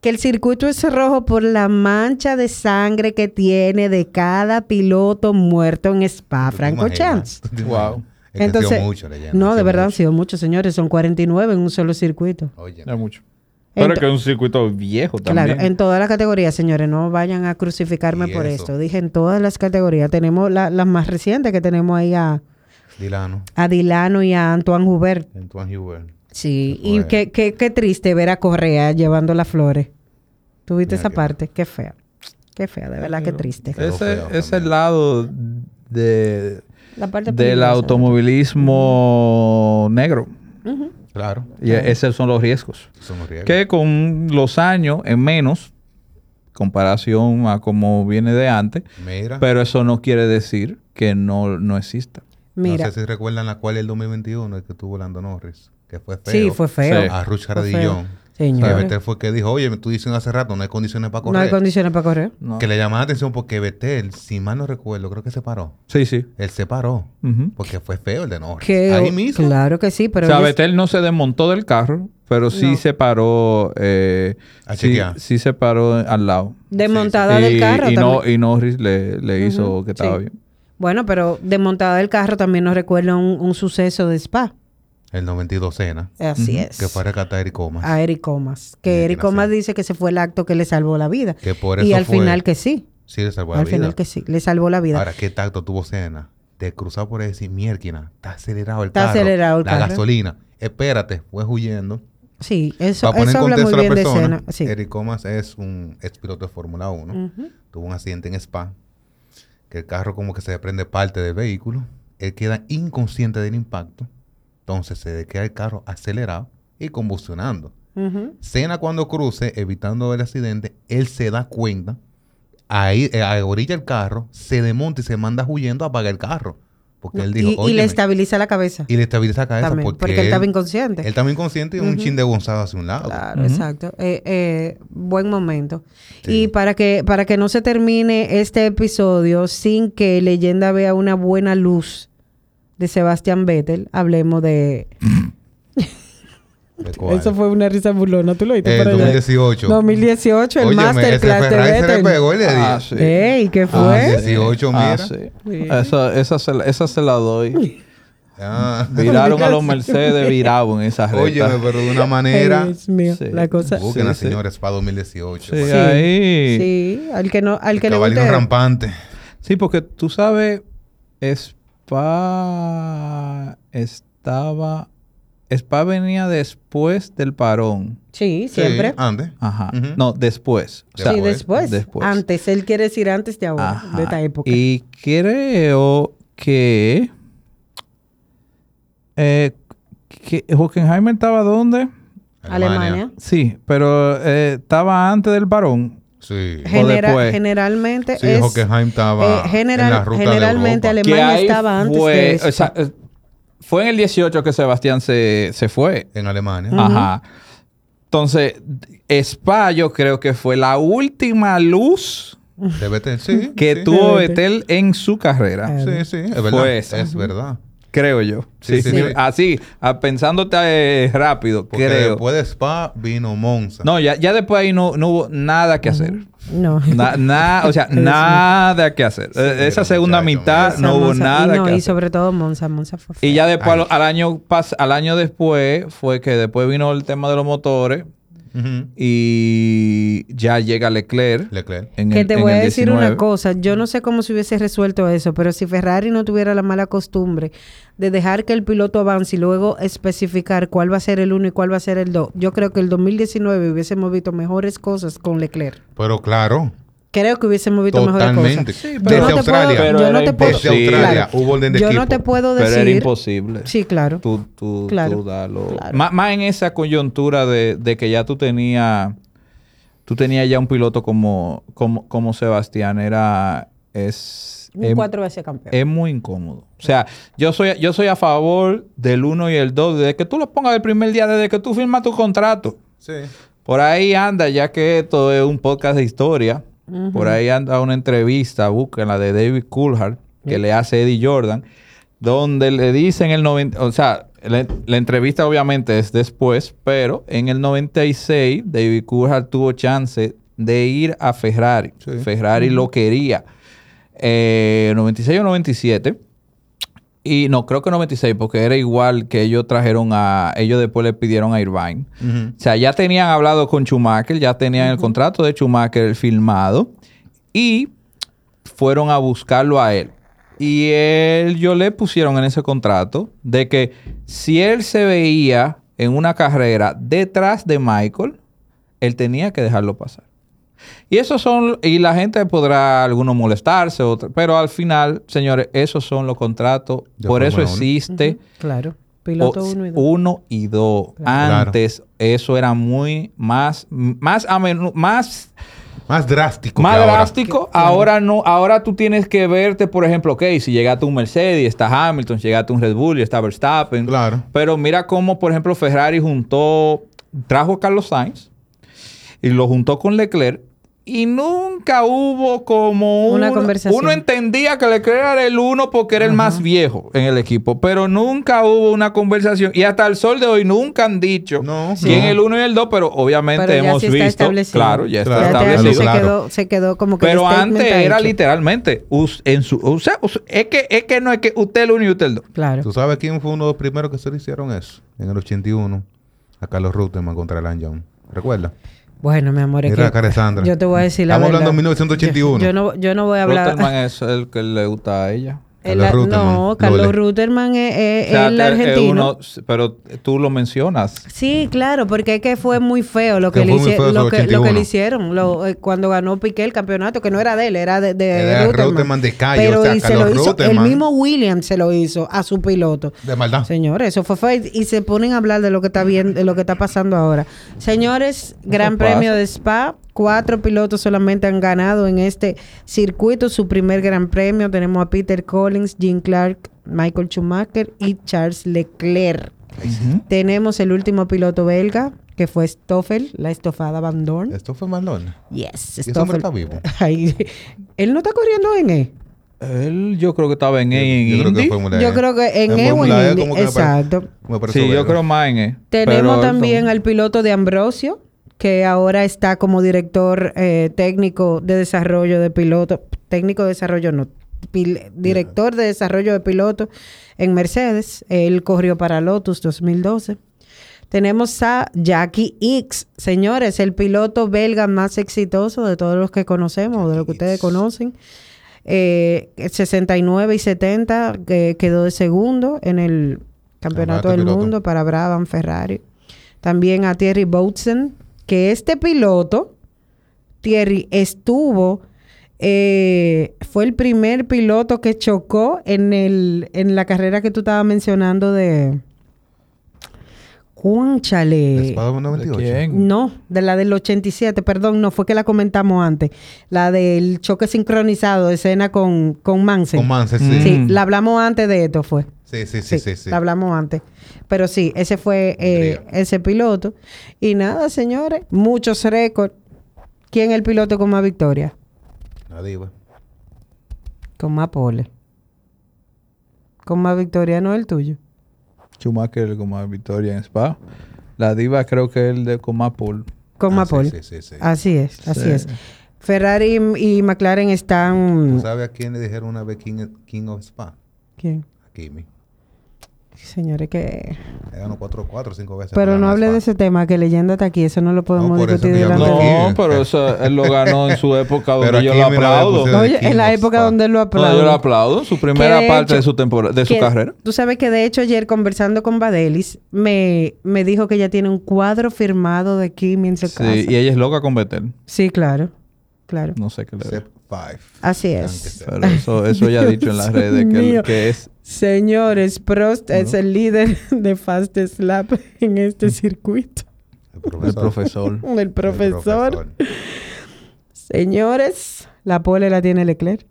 [SPEAKER 1] que el circuito es rojo por la mancha de sangre que tiene de cada piloto muerto en Spa,
[SPEAKER 3] ¿Tú te
[SPEAKER 1] Franco
[SPEAKER 3] imaginas?
[SPEAKER 1] Chance.
[SPEAKER 3] ¿Tú te
[SPEAKER 2] Wow.
[SPEAKER 3] imaginas? Es que ha sido mucho, leyenda. ha
[SPEAKER 1] no, de
[SPEAKER 3] sido
[SPEAKER 1] verdad han
[SPEAKER 3] mucho.
[SPEAKER 1] sido muchos, señores, son 49 en un solo circuito.
[SPEAKER 3] Oye.
[SPEAKER 2] Era mucho. Pero
[SPEAKER 1] Ento-
[SPEAKER 2] que es un circuito viejo también.
[SPEAKER 1] Claro, en todas las categorías, señores, no vayan a crucificarme
[SPEAKER 3] Y
[SPEAKER 1] por
[SPEAKER 3] eso.
[SPEAKER 1] esto. Dije en todas las categorías. Tenemos la- las más recientes que tenemos ahí a,
[SPEAKER 3] Dilano.
[SPEAKER 1] a Dilano y a Antoine Hubert.
[SPEAKER 3] Antoine Hubert.
[SPEAKER 1] Sí,
[SPEAKER 3] Qué
[SPEAKER 1] y
[SPEAKER 3] fuerte.
[SPEAKER 1] qué, qué, qué triste ver a Correa llevando las flores. ¿Tuviste
[SPEAKER 3] Mira
[SPEAKER 1] esa
[SPEAKER 3] qué- eh,
[SPEAKER 1] parte? Qué fea. Qué fea, de verdad, qué triste.
[SPEAKER 3] Quedó
[SPEAKER 2] Ese,
[SPEAKER 3] feo
[SPEAKER 2] ese
[SPEAKER 3] también.
[SPEAKER 2] lado de,
[SPEAKER 1] La parte
[SPEAKER 2] del
[SPEAKER 1] peligrosa.
[SPEAKER 2] automovilismo negro.
[SPEAKER 3] Claro.
[SPEAKER 2] Y esos son los riesgos.
[SPEAKER 3] Son los riesgos.
[SPEAKER 2] Que con los años en menos, comparación a como viene de antes,
[SPEAKER 3] Mira.
[SPEAKER 2] pero eso no quiere decir que no, no exista.
[SPEAKER 1] Mira,
[SPEAKER 3] No sé si recuerdan la cual el 2021 el que tuvo Lando Norris, que fue feo.
[SPEAKER 1] sí, fue feo.
[SPEAKER 2] Sí.
[SPEAKER 3] A Rush
[SPEAKER 1] Fue feo.
[SPEAKER 3] Jardillón.
[SPEAKER 1] Señores.
[SPEAKER 3] Que Vettel fue que dijo, oye, tú dices hace rato, no hay condiciones para correr.
[SPEAKER 1] No hay condiciones para correr.
[SPEAKER 2] No.
[SPEAKER 3] Que le llamaba la atención porque Vettel, si mal no recuerdo, creo que se paró.
[SPEAKER 2] Sí, sí.
[SPEAKER 3] Él se paró.
[SPEAKER 2] Ujú.
[SPEAKER 3] Porque fue feo el de Norris.
[SPEAKER 1] Que-
[SPEAKER 3] Ahí mismo.
[SPEAKER 1] Claro que sí, pero
[SPEAKER 2] o sea,
[SPEAKER 1] ellos-
[SPEAKER 2] Betel no se desmontó del carro, pero sí
[SPEAKER 1] No.
[SPEAKER 2] se paró. eh,
[SPEAKER 3] A
[SPEAKER 2] sí,
[SPEAKER 3] chequear.
[SPEAKER 2] sí se paró al lado.
[SPEAKER 1] desmontada del
[SPEAKER 2] y,
[SPEAKER 1] carro
[SPEAKER 2] y
[SPEAKER 1] también.
[SPEAKER 2] no, y Norris le, le hizo que estaba
[SPEAKER 1] sí.
[SPEAKER 2] bien.
[SPEAKER 1] Bueno, pero desmontada del carro también nos recuerda un, un suceso de Spa.
[SPEAKER 3] El 92 cena.
[SPEAKER 1] Así es.
[SPEAKER 3] Que fue a rescatar a Eric Comas.
[SPEAKER 1] a Eric Comas. Que
[SPEAKER 3] Mira,
[SPEAKER 1] Eric
[SPEAKER 3] que no
[SPEAKER 1] Comas
[SPEAKER 3] sé.
[SPEAKER 1] dice que ese fue el acto que le salvó la vida.
[SPEAKER 3] Que por
[SPEAKER 1] y
[SPEAKER 3] eso
[SPEAKER 1] al
[SPEAKER 3] fue.
[SPEAKER 1] final que sí.
[SPEAKER 3] Sí, le salvó la
[SPEAKER 1] Al
[SPEAKER 3] vida.
[SPEAKER 1] final que sí. Le salvó la vida.
[SPEAKER 3] Ahora, ¿qué tacto tuvo Cena? De cruzar por ahí y decir, mierquina, está acelerado el
[SPEAKER 1] Está
[SPEAKER 3] carro.
[SPEAKER 1] acelerado el
[SPEAKER 3] la
[SPEAKER 1] carro".
[SPEAKER 3] gasolina. Espérate, fue huyendo.
[SPEAKER 1] sí, eso,
[SPEAKER 3] Para poner
[SPEAKER 1] eso
[SPEAKER 3] en
[SPEAKER 1] habla muy
[SPEAKER 3] contexto a la
[SPEAKER 1] bien de
[SPEAKER 3] persona,
[SPEAKER 1] escena. Sí. Mm.
[SPEAKER 3] Eric Comas es un ex piloto de Fórmula 1. Tuvo un accidente en Spa, que el carro como que se desprende parte del vehículo. Él queda inconsciente del impacto. Entonces se le queda el carro acelerado y convulsionando.
[SPEAKER 1] Ujú.
[SPEAKER 3] Cena cuando cruce, evitando el accidente, él se da cuenta, ahí eh, a orilla el carro, se desmonta y se manda huyendo a apagar el carro. Porque él dijo,
[SPEAKER 1] y, y
[SPEAKER 3] oye,
[SPEAKER 1] le estabiliza la cabeza.
[SPEAKER 3] y le estabiliza la cabeza
[SPEAKER 1] también,
[SPEAKER 3] porque,
[SPEAKER 1] porque, él estaba
[SPEAKER 3] él,
[SPEAKER 1] inconsciente.
[SPEAKER 3] él estaba inconsciente y un chin de gonzado hacia un lado.
[SPEAKER 1] Claro,
[SPEAKER 2] Ujú.
[SPEAKER 1] exacto. Eh, eh, buen momento.
[SPEAKER 3] Sí.
[SPEAKER 1] Y para que, para que no se termine este episodio sin que Leyenda vea una buena luz de Sebastián Vettel, hablemos de...
[SPEAKER 3] ¿De cuál?
[SPEAKER 1] Eso fue una risa burlona, tú lo oíste
[SPEAKER 3] Eh,
[SPEAKER 1] por allá.
[SPEAKER 3] 2018.
[SPEAKER 1] 2018, el
[SPEAKER 3] Óyeme,
[SPEAKER 1] Masterclass
[SPEAKER 3] ese Ferrari
[SPEAKER 1] de
[SPEAKER 3] se le
[SPEAKER 1] Vettel.
[SPEAKER 3] pegó y le dio.
[SPEAKER 2] Ah, sí.
[SPEAKER 1] Ey, ¿qué fue?
[SPEAKER 3] Ah, sí, 18, mira.
[SPEAKER 2] sí.
[SPEAKER 1] Sí.
[SPEAKER 2] Esa, esa, se la, esa se la
[SPEAKER 1] *laughs*
[SPEAKER 2] doy.
[SPEAKER 3] Ah.
[SPEAKER 2] Viraron a los Mercedes, viraron en esas
[SPEAKER 3] *laughs* Óyeme,
[SPEAKER 2] rectas.
[SPEAKER 3] pero de una
[SPEAKER 1] Ay,
[SPEAKER 3] manera...
[SPEAKER 1] Dios mío,
[SPEAKER 2] Sí.
[SPEAKER 1] la cosa...
[SPEAKER 3] Busquen a
[SPEAKER 2] Sí, sí.
[SPEAKER 3] señores para 2018.
[SPEAKER 2] Sí,
[SPEAKER 3] man.
[SPEAKER 2] ahí. Sí.
[SPEAKER 1] Sí, al que no, al
[SPEAKER 3] El
[SPEAKER 1] que le
[SPEAKER 3] Caballero
[SPEAKER 1] guste-
[SPEAKER 3] rampante.
[SPEAKER 2] porque tú sabes, Spa estaba... Spa venía después del parón.
[SPEAKER 1] Sí,
[SPEAKER 3] Sí,
[SPEAKER 1] siempre.
[SPEAKER 3] ande.
[SPEAKER 2] Ajá.
[SPEAKER 3] Ujú.
[SPEAKER 2] No, Ah, después. O sea,
[SPEAKER 1] sí, después.
[SPEAKER 2] después.
[SPEAKER 1] Antes, él quiere decir antes de ahora,
[SPEAKER 2] Ajá.
[SPEAKER 1] de esta época.
[SPEAKER 2] Y creo que. Eh, que Hockenheimer estaba dónde?
[SPEAKER 1] Alemania.
[SPEAKER 2] Sí, pero eh, estaba antes del varón.
[SPEAKER 3] Sí.
[SPEAKER 2] Je-
[SPEAKER 1] Genera-
[SPEAKER 2] después.
[SPEAKER 1] generalmente
[SPEAKER 3] Sí,
[SPEAKER 1] es...
[SPEAKER 3] Hockenheim estaba
[SPEAKER 1] eh, general-
[SPEAKER 3] en la ruta
[SPEAKER 1] generalmente
[SPEAKER 3] de Europa.
[SPEAKER 1] Alemania estaba antes
[SPEAKER 2] fue,
[SPEAKER 1] de eso.
[SPEAKER 2] o sea, eh, fue en el 18 que Sebastián se, se fue.
[SPEAKER 3] En Alemania.
[SPEAKER 2] Ajá. Entonces, Spa yo creo que fue la última luz
[SPEAKER 1] Ah.
[SPEAKER 3] De Vettel, sí.
[SPEAKER 2] que
[SPEAKER 3] sí, Eh.
[SPEAKER 2] tuvo
[SPEAKER 1] Vete.
[SPEAKER 2] Vettel en su carrera.
[SPEAKER 3] Sí, sí, es verdad.
[SPEAKER 2] Fue esa.
[SPEAKER 3] Es verdad.
[SPEAKER 2] Creo yo.
[SPEAKER 3] Sí,
[SPEAKER 2] Sí,
[SPEAKER 3] sí,
[SPEAKER 2] sí.
[SPEAKER 3] sí.
[SPEAKER 2] Así, a- pensándote eh, rápido,
[SPEAKER 3] Porque
[SPEAKER 2] creo.
[SPEAKER 3] después de Spa vino Monza.
[SPEAKER 2] No, ya, ya después ahí no, no hubo nada que hacer.
[SPEAKER 1] No. *laughs*
[SPEAKER 2] Na- na-
[SPEAKER 3] *laughs*
[SPEAKER 2] o sea, nada que hacer. Eh,
[SPEAKER 3] mira,
[SPEAKER 2] Esa segunda
[SPEAKER 3] muchacho,
[SPEAKER 2] mitad
[SPEAKER 3] mira.
[SPEAKER 2] no hubo
[SPEAKER 1] Monza- y
[SPEAKER 2] nada
[SPEAKER 1] no,
[SPEAKER 2] que
[SPEAKER 1] Y
[SPEAKER 2] hacer.
[SPEAKER 1] sobre todo Monza. Monza fue
[SPEAKER 2] Y
[SPEAKER 1] feo.
[SPEAKER 2] ya después, al- al año, pas- al año después, fue que después vino el tema de los motores
[SPEAKER 3] Ujú.
[SPEAKER 2] y ya llega Leclerc.
[SPEAKER 3] Leclerc.
[SPEAKER 2] en
[SPEAKER 1] Que
[SPEAKER 2] el-
[SPEAKER 1] te
[SPEAKER 2] en
[SPEAKER 1] voy a
[SPEAKER 2] el
[SPEAKER 1] decir
[SPEAKER 2] 19.
[SPEAKER 1] una cosa, yo no sé cómo se hubiese resuelto eso, pero si Ferrari no tuviera la mala costumbre de dejar que el piloto avance y luego especificar cuál va a ser el uno y cuál va a ser el dos, yo creo que el 2019 hubiésemos visto mejores cosas con Leclerc.
[SPEAKER 3] Pero claro,
[SPEAKER 1] Creo que hubiésemos visto mejores
[SPEAKER 3] totalmente.
[SPEAKER 1] cosas.
[SPEAKER 2] pero-
[SPEAKER 1] Yo
[SPEAKER 3] Desde
[SPEAKER 1] no te puedo-
[SPEAKER 3] Australia.
[SPEAKER 2] Pero
[SPEAKER 1] yo
[SPEAKER 2] era
[SPEAKER 1] no te puedo-
[SPEAKER 3] Desde
[SPEAKER 2] imposible.
[SPEAKER 3] Australia
[SPEAKER 1] claro.
[SPEAKER 3] hubo orden de
[SPEAKER 1] Yo
[SPEAKER 3] equipo.
[SPEAKER 1] no te puedo
[SPEAKER 2] Pero era
[SPEAKER 1] decir.
[SPEAKER 2] imposible.
[SPEAKER 1] Sí, claro.
[SPEAKER 2] Tú, tú,
[SPEAKER 1] Claro.
[SPEAKER 2] tú dalo.
[SPEAKER 1] Claro.
[SPEAKER 2] Má- más en esa coyuntura de, de que ya tú tenías tú tenías ya un piloto como, como, como Sebastián. Era. Es,
[SPEAKER 1] Un
[SPEAKER 3] Em,
[SPEAKER 2] es,
[SPEAKER 1] cuatro veces campeón.
[SPEAKER 2] es muy incómodo. O sea, yo soy, yo soy a favor del 1 y el 2. Desde que tú lo pongas el primer día, desde que tú firmas tu contrato.
[SPEAKER 3] Sí.
[SPEAKER 2] Por ahí anda, ya que esto es un podcast de historia, por ahí anda una entrevista, búsquenla, de David Coulthard, que le hace Eddie Jordan, donde le dicen el 90, o sea, la, la entrevista obviamente es después, pero en el 96 David Coulthard tuvo chance de ir a Ferrari.
[SPEAKER 3] Sí.
[SPEAKER 2] Ferrari lo quería. Eh, 96 o 97. Y no, creo que 96, porque era igual que ellos trajeron a... Ellos después le pidieron a Irvine.
[SPEAKER 3] Ujú.
[SPEAKER 2] O sea, ya tenían hablado con Schumacher, ya tenían el contrato de Schumacher firmado y fueron a buscarlo a él. Y él, yo le pusieron en ese contrato de que si él se veía en una carrera detrás de Michael, él tenía que dejarlo pasar. Y esos son, y la gente podrá algunos molestarse, otra- pero al final, señores, esos son los contratos.
[SPEAKER 3] De
[SPEAKER 2] Por
[SPEAKER 3] Fórmula
[SPEAKER 2] eso
[SPEAKER 3] Uno.
[SPEAKER 2] existe
[SPEAKER 1] Claro. Piloto
[SPEAKER 2] o-
[SPEAKER 1] uno y dos.
[SPEAKER 2] uno y dos.
[SPEAKER 3] Claro.
[SPEAKER 2] Antes eso era muy más más a menu- más
[SPEAKER 3] Más drástico.
[SPEAKER 2] más
[SPEAKER 3] que ahora.
[SPEAKER 2] drástico. Ahora no, ahora tú tienes que verte, por ejemplo, ok, si llegaste a un Mercedes, está Hamilton, si llegaste a un Red Bull, y está Verstappen.
[SPEAKER 3] Claro.
[SPEAKER 2] Pero mira cómo, por ejemplo, Ferrari juntó, trajo a Carlos Sainz y lo juntó con Leclerc. Y nunca hubo como
[SPEAKER 1] Una
[SPEAKER 2] un-
[SPEAKER 1] conversación.
[SPEAKER 2] Uno entendía que Leclerc era el uno porque era el más viejo en el equipo, pero nunca hubo una conversación. Y hasta el sol de hoy nunca han dicho
[SPEAKER 3] No,
[SPEAKER 2] quién
[SPEAKER 3] no.
[SPEAKER 2] el uno y el dos, pero obviamente
[SPEAKER 1] Pero ya
[SPEAKER 2] hemos
[SPEAKER 1] sí está
[SPEAKER 2] visto.
[SPEAKER 1] establecido.
[SPEAKER 2] Claro, ya está
[SPEAKER 3] Claro,
[SPEAKER 1] Ya te-
[SPEAKER 2] establecido.
[SPEAKER 1] se,
[SPEAKER 3] claro.
[SPEAKER 1] quedó, se quedó como que. el
[SPEAKER 2] Pero
[SPEAKER 1] statement
[SPEAKER 2] antes
[SPEAKER 1] ha
[SPEAKER 2] era
[SPEAKER 1] hecho.
[SPEAKER 2] literalmente, us- en su, o sea, us- es, que, es que no es que usted el uno y usted el dos.
[SPEAKER 1] Claro.
[SPEAKER 3] ¿Tú sabes quién fue uno de los primeros que se le hicieron eso? En el 81. A Carlos Ruttemann contra Alan Young. ¿Recuerda?
[SPEAKER 1] Bueno, mi amor, es
[SPEAKER 3] Mira,
[SPEAKER 1] que
[SPEAKER 3] cara de Sandra.
[SPEAKER 1] yo te voy a decir la
[SPEAKER 3] Estamos
[SPEAKER 1] verdad.
[SPEAKER 3] hablando de 1981.
[SPEAKER 1] Yo, yo no, yo no voy a hablar. *laughs*
[SPEAKER 2] Rotterman es el que le gusta a ella.
[SPEAKER 1] El-
[SPEAKER 3] Carlos Rutterman.
[SPEAKER 1] No,
[SPEAKER 3] Lo
[SPEAKER 1] Carlos
[SPEAKER 3] le-
[SPEAKER 1] Rutterman es, es-
[SPEAKER 2] O sea,
[SPEAKER 1] el
[SPEAKER 2] te- es
[SPEAKER 1] argentino.
[SPEAKER 2] uno- pero tú lo mencionas.
[SPEAKER 1] Sí, claro, porque es que fue muy feo lo que,
[SPEAKER 3] Que
[SPEAKER 1] le,
[SPEAKER 3] fue muy
[SPEAKER 1] hici-
[SPEAKER 3] feo
[SPEAKER 1] lo
[SPEAKER 3] ese
[SPEAKER 1] que, lo que
[SPEAKER 3] 81.
[SPEAKER 1] le hicieron lo- eh, cuando ganó Piqué el campeonato, que no era de él, era de, de
[SPEAKER 3] Era
[SPEAKER 1] Rutterman.
[SPEAKER 3] Rutterman de calle,
[SPEAKER 1] Pero
[SPEAKER 3] o sea,
[SPEAKER 1] y se
[SPEAKER 3] Carlos
[SPEAKER 1] lo hizo, el
[SPEAKER 3] Rutterman.
[SPEAKER 1] mismo Williams se lo hizo a su piloto.
[SPEAKER 3] De maldad.
[SPEAKER 1] Señores, eso fue feo. Y se ponen a hablar de lo que está bien, de lo que está pasando ahora. Señores, Gran
[SPEAKER 2] pasa.
[SPEAKER 1] Premio de Spa. Cuatro pilotos solamente han ganado en este circuito su primer Gran Premio. Tenemos a Peter Collins, Jim Clark, Michael Schumacher y Charles Leclerc. Tenemos el último piloto belga, que fue Stoffel, la estofada Van Dorn.
[SPEAKER 3] Esto fue Malona.
[SPEAKER 1] Yes,
[SPEAKER 3] ¿Y ese
[SPEAKER 1] Stoffel.
[SPEAKER 3] hombre está vivo?
[SPEAKER 1] *laughs* Ay, él no está corriendo en E.
[SPEAKER 2] Él, yo creo que estaba en, en
[SPEAKER 3] Yo creo que
[SPEAKER 2] Indy.
[SPEAKER 3] fue Fórmula E.
[SPEAKER 1] Yo creo que en E o en
[SPEAKER 3] Fórmula E
[SPEAKER 1] Indy.
[SPEAKER 3] como que me pare-
[SPEAKER 1] Exacto.
[SPEAKER 3] me pareció
[SPEAKER 2] Sí, yo
[SPEAKER 3] verlo.
[SPEAKER 2] creo más en él. Pero
[SPEAKER 1] Tenemos
[SPEAKER 2] él
[SPEAKER 1] también
[SPEAKER 2] son-
[SPEAKER 1] al piloto de Ambrosio, que ahora está como director eh, técnico de desarrollo de piloto. Técnico de desarrollo no. pil- director de desarrollo de piloto en Mercedes. Él corrió para Lotus 2012. Tenemos a Jackie X, señores, el piloto belga más exitoso de todos los que conocemos, de los que ustedes conocen. Eh, 69 y 70 que quedó de segundo en el Campeonato
[SPEAKER 3] Campeonato
[SPEAKER 1] del
[SPEAKER 3] piloto.
[SPEAKER 1] Mundo para Brabham Ferrari. También a Thierry Boutsen, que este piloto, Thierry, estuvo, eh, fue el primer piloto que chocó en, el, en la carrera que tú estabas mencionando de... ¡Cúnchale!
[SPEAKER 3] Espada
[SPEAKER 2] ¿De
[SPEAKER 3] 98.
[SPEAKER 2] quién?
[SPEAKER 1] No, de la del 87, perdón, no, fue que la comentamos antes. La del choque sincronizado de escena con, con Manson.
[SPEAKER 3] Con Mansell, sí.
[SPEAKER 1] Sí,
[SPEAKER 2] Mm.
[SPEAKER 1] la hablamos antes de esto, fue.
[SPEAKER 3] Sí, sí,
[SPEAKER 1] Sí,
[SPEAKER 3] sí, sí. sí.
[SPEAKER 1] la hablamos antes. Pero sí, ese fue eh,
[SPEAKER 3] Andrea.
[SPEAKER 1] ese piloto. Y nada, señores, muchos récords. ¿Quién es el piloto con más victorias?
[SPEAKER 3] La diva.
[SPEAKER 1] Con más pole. Con más victoria no el tuyo.
[SPEAKER 2] Schumacher con más victoria en Spa. La diva creo que es el de con más pole.
[SPEAKER 1] Con
[SPEAKER 3] Ah,
[SPEAKER 1] más
[SPEAKER 3] sí,
[SPEAKER 1] pole.
[SPEAKER 3] sí, sí, sí.
[SPEAKER 1] Así es, así
[SPEAKER 2] Sí.
[SPEAKER 1] es. Ferrari y, y McLaren
[SPEAKER 3] ¿Tú
[SPEAKER 1] están.
[SPEAKER 3] sabes a quién le dijeron una vez King, King of Spa?
[SPEAKER 1] ¿Quién?
[SPEAKER 3] A Kimi.
[SPEAKER 1] Señores, que.
[SPEAKER 3] Le ganó 4 4 5 veces.
[SPEAKER 1] Pero no hable de
[SPEAKER 3] eso.
[SPEAKER 1] ese tema, que leyenda está aquí. Eso no lo podemos
[SPEAKER 3] por eso
[SPEAKER 1] discutir
[SPEAKER 3] que yo
[SPEAKER 1] delante
[SPEAKER 3] hablo
[SPEAKER 1] de
[SPEAKER 3] aquí.
[SPEAKER 2] No, pero eso él lo ganó en su época
[SPEAKER 3] Pero
[SPEAKER 2] donde yo
[SPEAKER 3] aquí
[SPEAKER 2] lo
[SPEAKER 3] me la
[SPEAKER 2] aplaudo.
[SPEAKER 3] pusieron.
[SPEAKER 2] No,
[SPEAKER 3] de
[SPEAKER 1] Oye, en la
[SPEAKER 3] King of
[SPEAKER 1] época
[SPEAKER 3] Spa.
[SPEAKER 1] donde lo aplaudo.
[SPEAKER 2] yo lo aplaudo. Su primera
[SPEAKER 1] de
[SPEAKER 2] parte de
[SPEAKER 1] hecho-
[SPEAKER 2] su temporada, de su
[SPEAKER 1] que-
[SPEAKER 2] carrera.
[SPEAKER 1] Tú sabes que de hecho ayer conversando con Badelis me, me dijo que ella tiene un cuadro firmado de Kim en su
[SPEAKER 2] Sí,
[SPEAKER 1] casa.
[SPEAKER 2] y ella es loca con Betel.
[SPEAKER 1] Sí, claro, claro.
[SPEAKER 2] No sé qué le
[SPEAKER 3] Step 5.
[SPEAKER 1] Así es.
[SPEAKER 2] Pero eso, eso
[SPEAKER 1] *laughs*
[SPEAKER 2] ella ha dicho en las
[SPEAKER 1] Dios
[SPEAKER 2] redes que,
[SPEAKER 1] mío.
[SPEAKER 2] que es
[SPEAKER 1] Señores, Prost es el líder *laughs* de Fast Slap en este circuito.
[SPEAKER 3] El
[SPEAKER 2] Mm. el
[SPEAKER 3] profesor.
[SPEAKER 2] profesor.
[SPEAKER 1] *laughs* El
[SPEAKER 3] El
[SPEAKER 1] profesor. Señores, la pole la tiene Leclerc.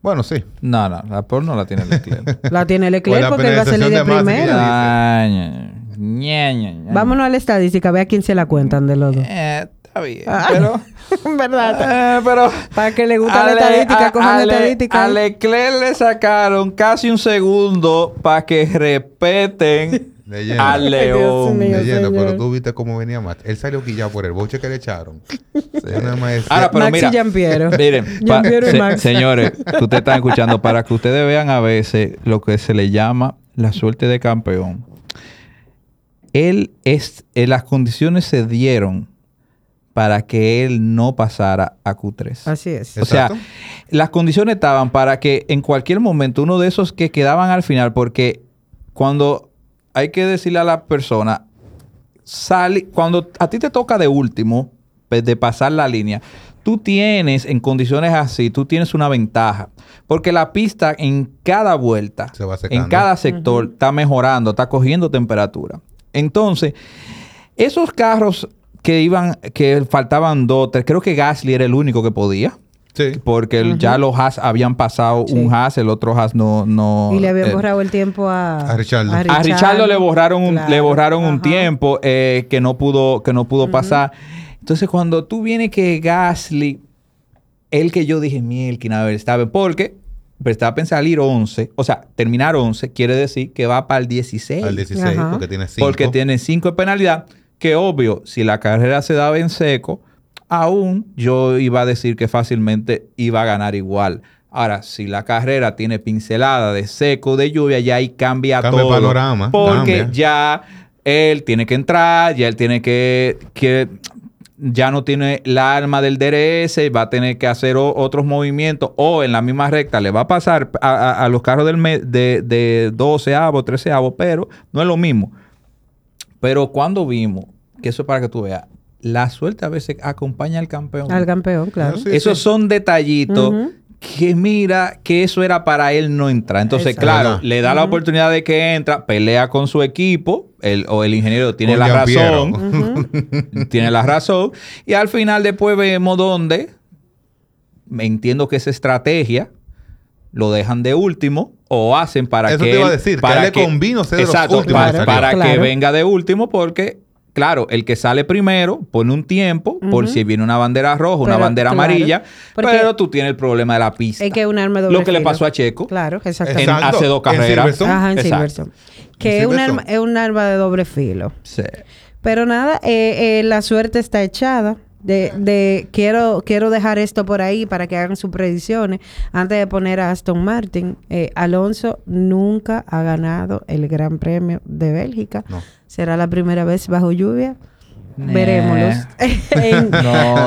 [SPEAKER 3] Bueno, sí.
[SPEAKER 2] No, no, la pole no la tiene
[SPEAKER 3] *laughs*
[SPEAKER 2] Leclerc.
[SPEAKER 1] La tiene Leclerc
[SPEAKER 3] la
[SPEAKER 1] porque él va a ser líder
[SPEAKER 3] penalización de Massa que
[SPEAKER 1] primero. Ah.
[SPEAKER 3] ya-
[SPEAKER 2] Ay, ña, ña, ña, ña.
[SPEAKER 1] Vámonos a la estadística, vea quién se la cuentan de los dos.
[SPEAKER 2] Eh, está bien,
[SPEAKER 1] Ah.
[SPEAKER 2] pero...
[SPEAKER 1] *laughs*
[SPEAKER 2] *laughs*
[SPEAKER 1] ¿Verdad?
[SPEAKER 2] eh, pero...
[SPEAKER 1] Para que le gusta la
[SPEAKER 2] Ale-
[SPEAKER 1] estadística,
[SPEAKER 2] a-
[SPEAKER 1] cojan
[SPEAKER 2] Ale-
[SPEAKER 1] estadística.
[SPEAKER 2] A Leclerc le sacaron casi un segundo para que respeten
[SPEAKER 3] Leyenda.
[SPEAKER 2] al León.
[SPEAKER 1] Dios mío.
[SPEAKER 3] Leyenda,
[SPEAKER 1] señor.
[SPEAKER 3] pero tú viste cómo venía más. Él salió quillado por el boche que le
[SPEAKER 1] *laughs*
[SPEAKER 3] echaron. Yo nada más decía,
[SPEAKER 2] Ahora, Ah, pero
[SPEAKER 1] Max
[SPEAKER 2] mira,
[SPEAKER 1] y Giampiero.
[SPEAKER 2] *laughs* Miren, pa-
[SPEAKER 1] Giampiero y
[SPEAKER 2] se-
[SPEAKER 1] Max.
[SPEAKER 2] señores, que ustedes están escuchando, para que ustedes vean a veces lo que se le llama la suerte de campeón. Él es, eh, las condiciones se dieron para que él no pasara a Q3.
[SPEAKER 1] Así es.
[SPEAKER 2] O sea,
[SPEAKER 3] Exacto.
[SPEAKER 2] las condiciones estaban para que en cualquier momento uno de esos que quedaban al final, porque cuando hay que decirle a la persona, sale, cuando a ti te toca de último, pues, de pasar la línea, tú tienes en condiciones así, tú tienes una ventaja, porque la pista en cada vuelta,
[SPEAKER 3] Se va secando.
[SPEAKER 2] en cada sector, está mejorando, está cogiendo temperatura. Entonces, esos carros que iban, que faltaban dos, tres, creo que Gasly era el único que podía
[SPEAKER 3] sí.
[SPEAKER 2] porque el- ya los Haas habían pasado
[SPEAKER 1] Sí.
[SPEAKER 2] un Haas, el otro Haas no... no
[SPEAKER 1] Y le habían
[SPEAKER 2] eh,
[SPEAKER 1] borrado el tiempo a...
[SPEAKER 3] a Richardo. A
[SPEAKER 2] A Richardo le borraron un, le
[SPEAKER 1] Claro.
[SPEAKER 2] borraron un
[SPEAKER 1] Ajá.
[SPEAKER 2] tiempo eh, que no pudo, que no pudo pasar. Entonces, cuando tú vienes que Gasly, el que yo dije, Mielkin, a Verstappen, porque Verstappen salir 11, o sea, terminar 11, quiere decir que va para el 16.
[SPEAKER 3] Al 16,
[SPEAKER 1] Ajá.
[SPEAKER 3] porque tiene 5.
[SPEAKER 2] Porque tiene 5 de penalidad. Que obvio, si la carrera se daba en seco, aún yo iba a decir que fácilmente iba a ganar igual. Ahora, si la carrera tiene pincelada de seco, de lluvia, ya ahí cambia,
[SPEAKER 3] Cambia el
[SPEAKER 2] todo.
[SPEAKER 3] panorama,
[SPEAKER 2] Porque
[SPEAKER 3] cambia.
[SPEAKER 2] ya él tiene que entrar, ya él tiene que, que- ya no tiene la arma del DRS, va a tener que hacer o- otros movimientos o en la misma recta le va a pasar a, a- a los carros del me- de, de 12 avo, 13 avo, pero no es lo mismo. Pero cuando vimos, que eso es para que tú veas, la suerte a veces acompaña al campeón.
[SPEAKER 1] Al campeón, claro.
[SPEAKER 3] Yo sí.
[SPEAKER 2] Esos son detallitos
[SPEAKER 1] Ujú.
[SPEAKER 2] que mira que eso era para él no entrar. Entonces,
[SPEAKER 1] Exacto.
[SPEAKER 2] claro,
[SPEAKER 3] Ajá.
[SPEAKER 2] le da la oportunidad de que entra, pelea con su equipo, el, o el ingeniero tiene
[SPEAKER 3] Con
[SPEAKER 2] la
[SPEAKER 3] Giampiero.
[SPEAKER 2] razón, tiene la razón, y al final después vemos dónde, me entiendo que esa estrategia, lo dejan de último o hacen para
[SPEAKER 3] Eso
[SPEAKER 2] que
[SPEAKER 3] te iba a
[SPEAKER 2] él-
[SPEAKER 3] decir, que
[SPEAKER 2] para
[SPEAKER 3] a él le convino ser de los
[SPEAKER 2] Exacto,
[SPEAKER 3] últimos
[SPEAKER 2] para,
[SPEAKER 1] que salió.
[SPEAKER 2] para que
[SPEAKER 1] Claro.
[SPEAKER 2] venga de último porque claro el que sale primero pone un tiempo por si viene una bandera roja una
[SPEAKER 1] Pero,
[SPEAKER 2] bandera
[SPEAKER 1] claro,
[SPEAKER 2] amarilla
[SPEAKER 1] porque-
[SPEAKER 2] pero tú tienes el problema de la pista
[SPEAKER 1] Es que es un arma de doble
[SPEAKER 2] lo que le
[SPEAKER 1] filo.
[SPEAKER 2] pasó a Checo
[SPEAKER 1] Claro, exactamente.
[SPEAKER 2] en- hace dos
[SPEAKER 3] En
[SPEAKER 2] carreras.
[SPEAKER 3] Silverstone.
[SPEAKER 1] Ajá, en
[SPEAKER 2] Exacto.
[SPEAKER 1] Silverstone. Que
[SPEAKER 3] En
[SPEAKER 1] es un,
[SPEAKER 3] Silverstone.
[SPEAKER 1] arma, es un arma de doble filo.
[SPEAKER 2] Sí.
[SPEAKER 1] Pero nada, eh, eh, la suerte está echada. De, de- quiero, quiero dejar esto por ahí para que hagan sus predicciones. Antes de poner a Aston Martin, eh, Alonso nunca ha ganado el Gran Premio de Bélgica.
[SPEAKER 3] No.
[SPEAKER 1] Será la primera vez bajo lluvia.
[SPEAKER 2] Nah. *laughs*
[SPEAKER 1] Verémoslos. En-
[SPEAKER 2] desde el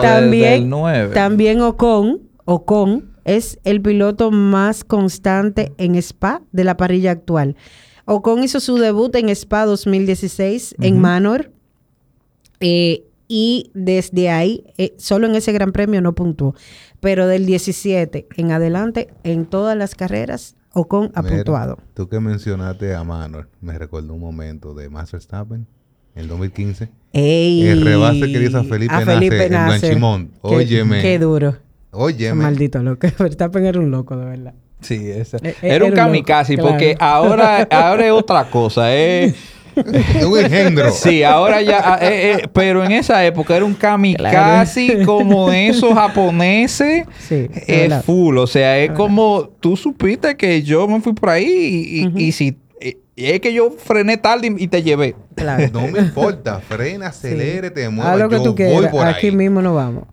[SPEAKER 1] también,
[SPEAKER 2] nueve.
[SPEAKER 1] también Ocon, Ocon es el piloto más constante en Spa de la parrilla actual. Ocon hizo su debut en Spa 2016 en Manor eh, y desde ahí, eh, solo en ese gran premio no puntuó, pero del 17 en adelante, en todas las carreras, Ocon ha
[SPEAKER 3] Mira,
[SPEAKER 1] puntuado.
[SPEAKER 3] Tú que mencionaste a Manuel, me recuerdo un momento de Max Verstappen en 2015.
[SPEAKER 1] Ey,
[SPEAKER 3] El rebase que le hizo a Felipe Nasser en Blanchimón.
[SPEAKER 1] Qué-
[SPEAKER 3] Óyeme.
[SPEAKER 1] Qué duro. *laughs*
[SPEAKER 3] Óyeme.
[SPEAKER 1] Maldito loco. Verstappen era un loco, de verdad.
[SPEAKER 2] Sí, esa.
[SPEAKER 1] Eh, eh,
[SPEAKER 2] Era un
[SPEAKER 1] era loco,
[SPEAKER 2] kamikaze,
[SPEAKER 1] claro.
[SPEAKER 2] porque ahora, ahora es otra
[SPEAKER 1] *laughs*
[SPEAKER 2] cosa. eh.
[SPEAKER 3] Es *laughs* un engendro.
[SPEAKER 2] Sí, ahora ya. eh, eh, pero en esa época era un
[SPEAKER 1] *laughs*
[SPEAKER 2] kamikaze como esos japoneses.
[SPEAKER 1] Sí,
[SPEAKER 2] Es
[SPEAKER 1] hola.
[SPEAKER 2] full, o sea, es como tú supiste que yo me fui por ahí y, y- y si eh, es que yo frené tarde y, y te llevé.
[SPEAKER 1] Claro.
[SPEAKER 3] No me importa. Frena, acelere, te mueva.
[SPEAKER 1] Haz lo que
[SPEAKER 3] yo
[SPEAKER 1] tú
[SPEAKER 3] voy
[SPEAKER 1] quieras.
[SPEAKER 3] por
[SPEAKER 1] Aquí
[SPEAKER 3] ahí.
[SPEAKER 1] mismo nos vamos.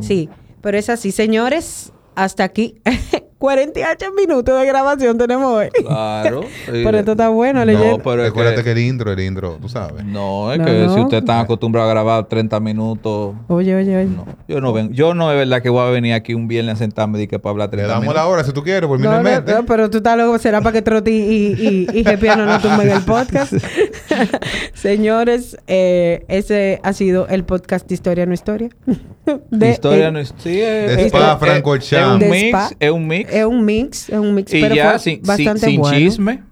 [SPEAKER 1] Sí, pero es así, señores. Hasta aquí. *laughs* 48 minutos de grabación tenemos hoy. *laughs*
[SPEAKER 2] Claro.
[SPEAKER 1] Pero esto está bueno, leyenda.
[SPEAKER 2] No, pero es
[SPEAKER 3] Recuérdate que...
[SPEAKER 2] que,
[SPEAKER 3] el intro, el intro, tú sabes.
[SPEAKER 2] no, es
[SPEAKER 1] No,
[SPEAKER 2] que
[SPEAKER 1] no.
[SPEAKER 2] si ustedes están acostumbrados a grabar 30 minutos,
[SPEAKER 1] Oye, oye, oye.
[SPEAKER 2] no. Yo no vengo, yo no es verdad que voy a venir aquí un viernes a sentarme y que para hablar
[SPEAKER 3] Le
[SPEAKER 2] 30
[SPEAKER 3] damos
[SPEAKER 2] minutos.
[SPEAKER 3] la hora si tú quieres, por
[SPEAKER 2] Pues
[SPEAKER 3] mí
[SPEAKER 1] No,
[SPEAKER 3] no,
[SPEAKER 1] no,
[SPEAKER 3] me mete.
[SPEAKER 1] no, pero tú estás loco, será para que Troti y,
[SPEAKER 2] *laughs*
[SPEAKER 1] y, y Gepiano no tumben el podcast. *laughs* Señores, eh, ese ha sido el podcast de Historia No Historia. De-
[SPEAKER 2] Historia
[SPEAKER 1] eh,
[SPEAKER 2] no es. sí, es-
[SPEAKER 3] De
[SPEAKER 2] es-
[SPEAKER 3] Spa,
[SPEAKER 2] es-
[SPEAKER 3] Francorchamps.
[SPEAKER 2] Es un
[SPEAKER 1] De
[SPEAKER 2] mix,
[SPEAKER 1] Spa.
[SPEAKER 2] es un mix.
[SPEAKER 1] Es un mix, es un mix,
[SPEAKER 2] Y
[SPEAKER 1] pero
[SPEAKER 2] ya
[SPEAKER 1] fue
[SPEAKER 2] sin, sin-
[SPEAKER 1] bastante
[SPEAKER 2] sin
[SPEAKER 1] bueno.
[SPEAKER 2] chisme,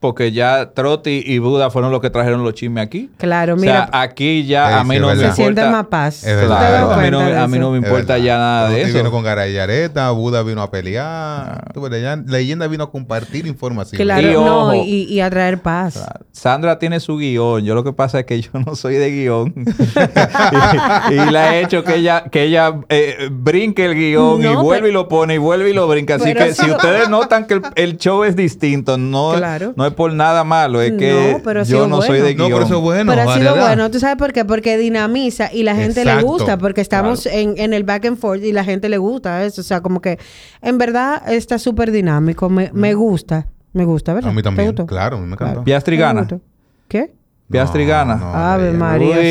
[SPEAKER 2] porque ya Trotti y Buda fueron los que trajeron los chismes aquí.
[SPEAKER 1] Claro,
[SPEAKER 2] o
[SPEAKER 1] mira,
[SPEAKER 2] sea, aquí ya
[SPEAKER 3] Ey,
[SPEAKER 2] a mí
[SPEAKER 3] sí,
[SPEAKER 2] no
[SPEAKER 3] es
[SPEAKER 2] me
[SPEAKER 3] verdad.
[SPEAKER 1] se
[SPEAKER 2] importa.
[SPEAKER 3] Se
[SPEAKER 1] siente más paz.
[SPEAKER 3] Es
[SPEAKER 1] ¿Tú te
[SPEAKER 3] verdad,
[SPEAKER 1] das
[SPEAKER 3] es verdad.
[SPEAKER 2] Claro, a mí,
[SPEAKER 1] cuenta
[SPEAKER 2] no,
[SPEAKER 1] de
[SPEAKER 2] a mí no
[SPEAKER 1] eso?
[SPEAKER 2] me
[SPEAKER 3] Es
[SPEAKER 2] importa
[SPEAKER 3] verdad.
[SPEAKER 2] ya nada de
[SPEAKER 3] Totti
[SPEAKER 2] eso. Ah.
[SPEAKER 3] vino con Garay y Areta, Buda vino a pelear. tú ves, leyenda, leyenda vino a compartir información.
[SPEAKER 1] Claro,
[SPEAKER 2] Y
[SPEAKER 1] no,
[SPEAKER 2] ojo.
[SPEAKER 1] y, y atraer paz.
[SPEAKER 2] Sandra tiene su guión. Yo lo que pasa es que yo *laughs* no soy de guión. *laughs* y, y la he hecho que ella, que ella eh, brinque el guión y
[SPEAKER 1] No, pero-
[SPEAKER 2] vuelve y lo pone y vuelve y lo brinca. Así
[SPEAKER 1] Pero
[SPEAKER 2] que
[SPEAKER 1] eso
[SPEAKER 2] si
[SPEAKER 1] no-
[SPEAKER 2] ustedes notan que el, el show es distinto, no,
[SPEAKER 1] Claro.
[SPEAKER 2] no es por nada malo. Es que
[SPEAKER 1] No, pero ha
[SPEAKER 2] yo
[SPEAKER 1] sido
[SPEAKER 2] no soy
[SPEAKER 1] bueno.
[SPEAKER 2] de
[SPEAKER 3] No,
[SPEAKER 2] guión.
[SPEAKER 3] pero eso es bueno.
[SPEAKER 1] pero ha
[SPEAKER 3] vale,
[SPEAKER 1] sido
[SPEAKER 3] ¿verdad?
[SPEAKER 1] bueno, ¿tú sabes por qué? Porque dinamiza y la gente le
[SPEAKER 3] Exacto,
[SPEAKER 1] gusta, porque estamos en, en el back and forth y la gente le gusta eso. O sea, como que en verdad está súper dinámico, me, me gusta, me gusta, ¿verdad?
[SPEAKER 3] Mm. A
[SPEAKER 1] ¿Te
[SPEAKER 3] mí también,
[SPEAKER 1] gustó?
[SPEAKER 3] claro, a mí me encantó.
[SPEAKER 1] Claro.
[SPEAKER 2] Piastri
[SPEAKER 1] Me
[SPEAKER 2] gana.
[SPEAKER 1] gustó. ¿Qué?
[SPEAKER 2] Piastri gana.
[SPEAKER 1] Ave
[SPEAKER 3] leyenda.
[SPEAKER 1] María,
[SPEAKER 2] Uy.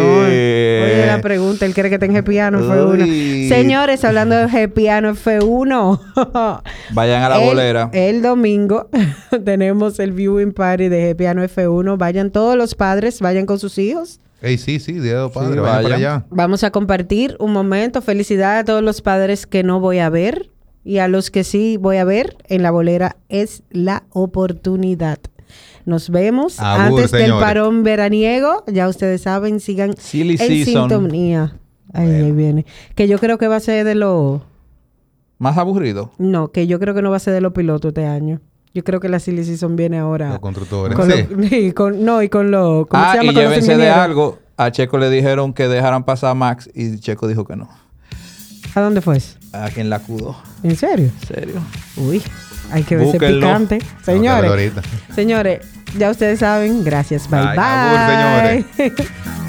[SPEAKER 1] señor. Oye, la pregunta, él cree que tenga piano F1.
[SPEAKER 2] Uy.
[SPEAKER 1] Señores, hablando de piano *laughs* F1.
[SPEAKER 2] Vayan a la
[SPEAKER 1] el,
[SPEAKER 2] bolera.
[SPEAKER 1] El domingo *laughs* tenemos el viewing party de piano F1. Vayan todos los padres, vayan con sus hijos.
[SPEAKER 3] Ey, sí, sí, Día de los Padres,
[SPEAKER 2] Sí,
[SPEAKER 3] vaya para
[SPEAKER 2] vaya.
[SPEAKER 3] allá.
[SPEAKER 1] Vamos a compartir un momento. Felicidad a todos los padres que no voy a ver y a los que sí voy a ver en la bolera es la oportunidad. Nos vemos
[SPEAKER 3] Abur,
[SPEAKER 1] antes del
[SPEAKER 3] señores.
[SPEAKER 1] parón veraniego. Ya ustedes saben, sigan
[SPEAKER 2] Silly
[SPEAKER 1] en
[SPEAKER 2] season.
[SPEAKER 1] sintonía. Ahí, ahí viene. Que yo creo que va a ser de los...
[SPEAKER 2] Más aburrido.
[SPEAKER 1] No, que yo creo que no va a ser de los pilotos este año. Yo creo que la silly season viene ahora.
[SPEAKER 3] Los constructores.
[SPEAKER 1] Con
[SPEAKER 3] Sí.
[SPEAKER 1] lo- *laughs* y con- no, y con los... ¿Cómo
[SPEAKER 2] Ah,
[SPEAKER 1] se llama?
[SPEAKER 2] y
[SPEAKER 1] Con los
[SPEAKER 2] llévense de
[SPEAKER 1] ingenieros.
[SPEAKER 2] algo. A Checo le dijeron que dejaran pasar a Max y Checo dijo que no.
[SPEAKER 1] ¿A dónde fue? eso?
[SPEAKER 2] A quien la acudo.
[SPEAKER 1] ¿En serio?
[SPEAKER 2] En serio.
[SPEAKER 1] Uy, hay que verse
[SPEAKER 2] Búsquenlo.
[SPEAKER 1] picante.
[SPEAKER 3] Tengo que verlo
[SPEAKER 1] Señores,
[SPEAKER 3] ahorita.
[SPEAKER 1] señores, ya ustedes saben. Gracias. Bye,
[SPEAKER 3] Ay, abur,
[SPEAKER 1] *laughs* bye.
[SPEAKER 3] señores.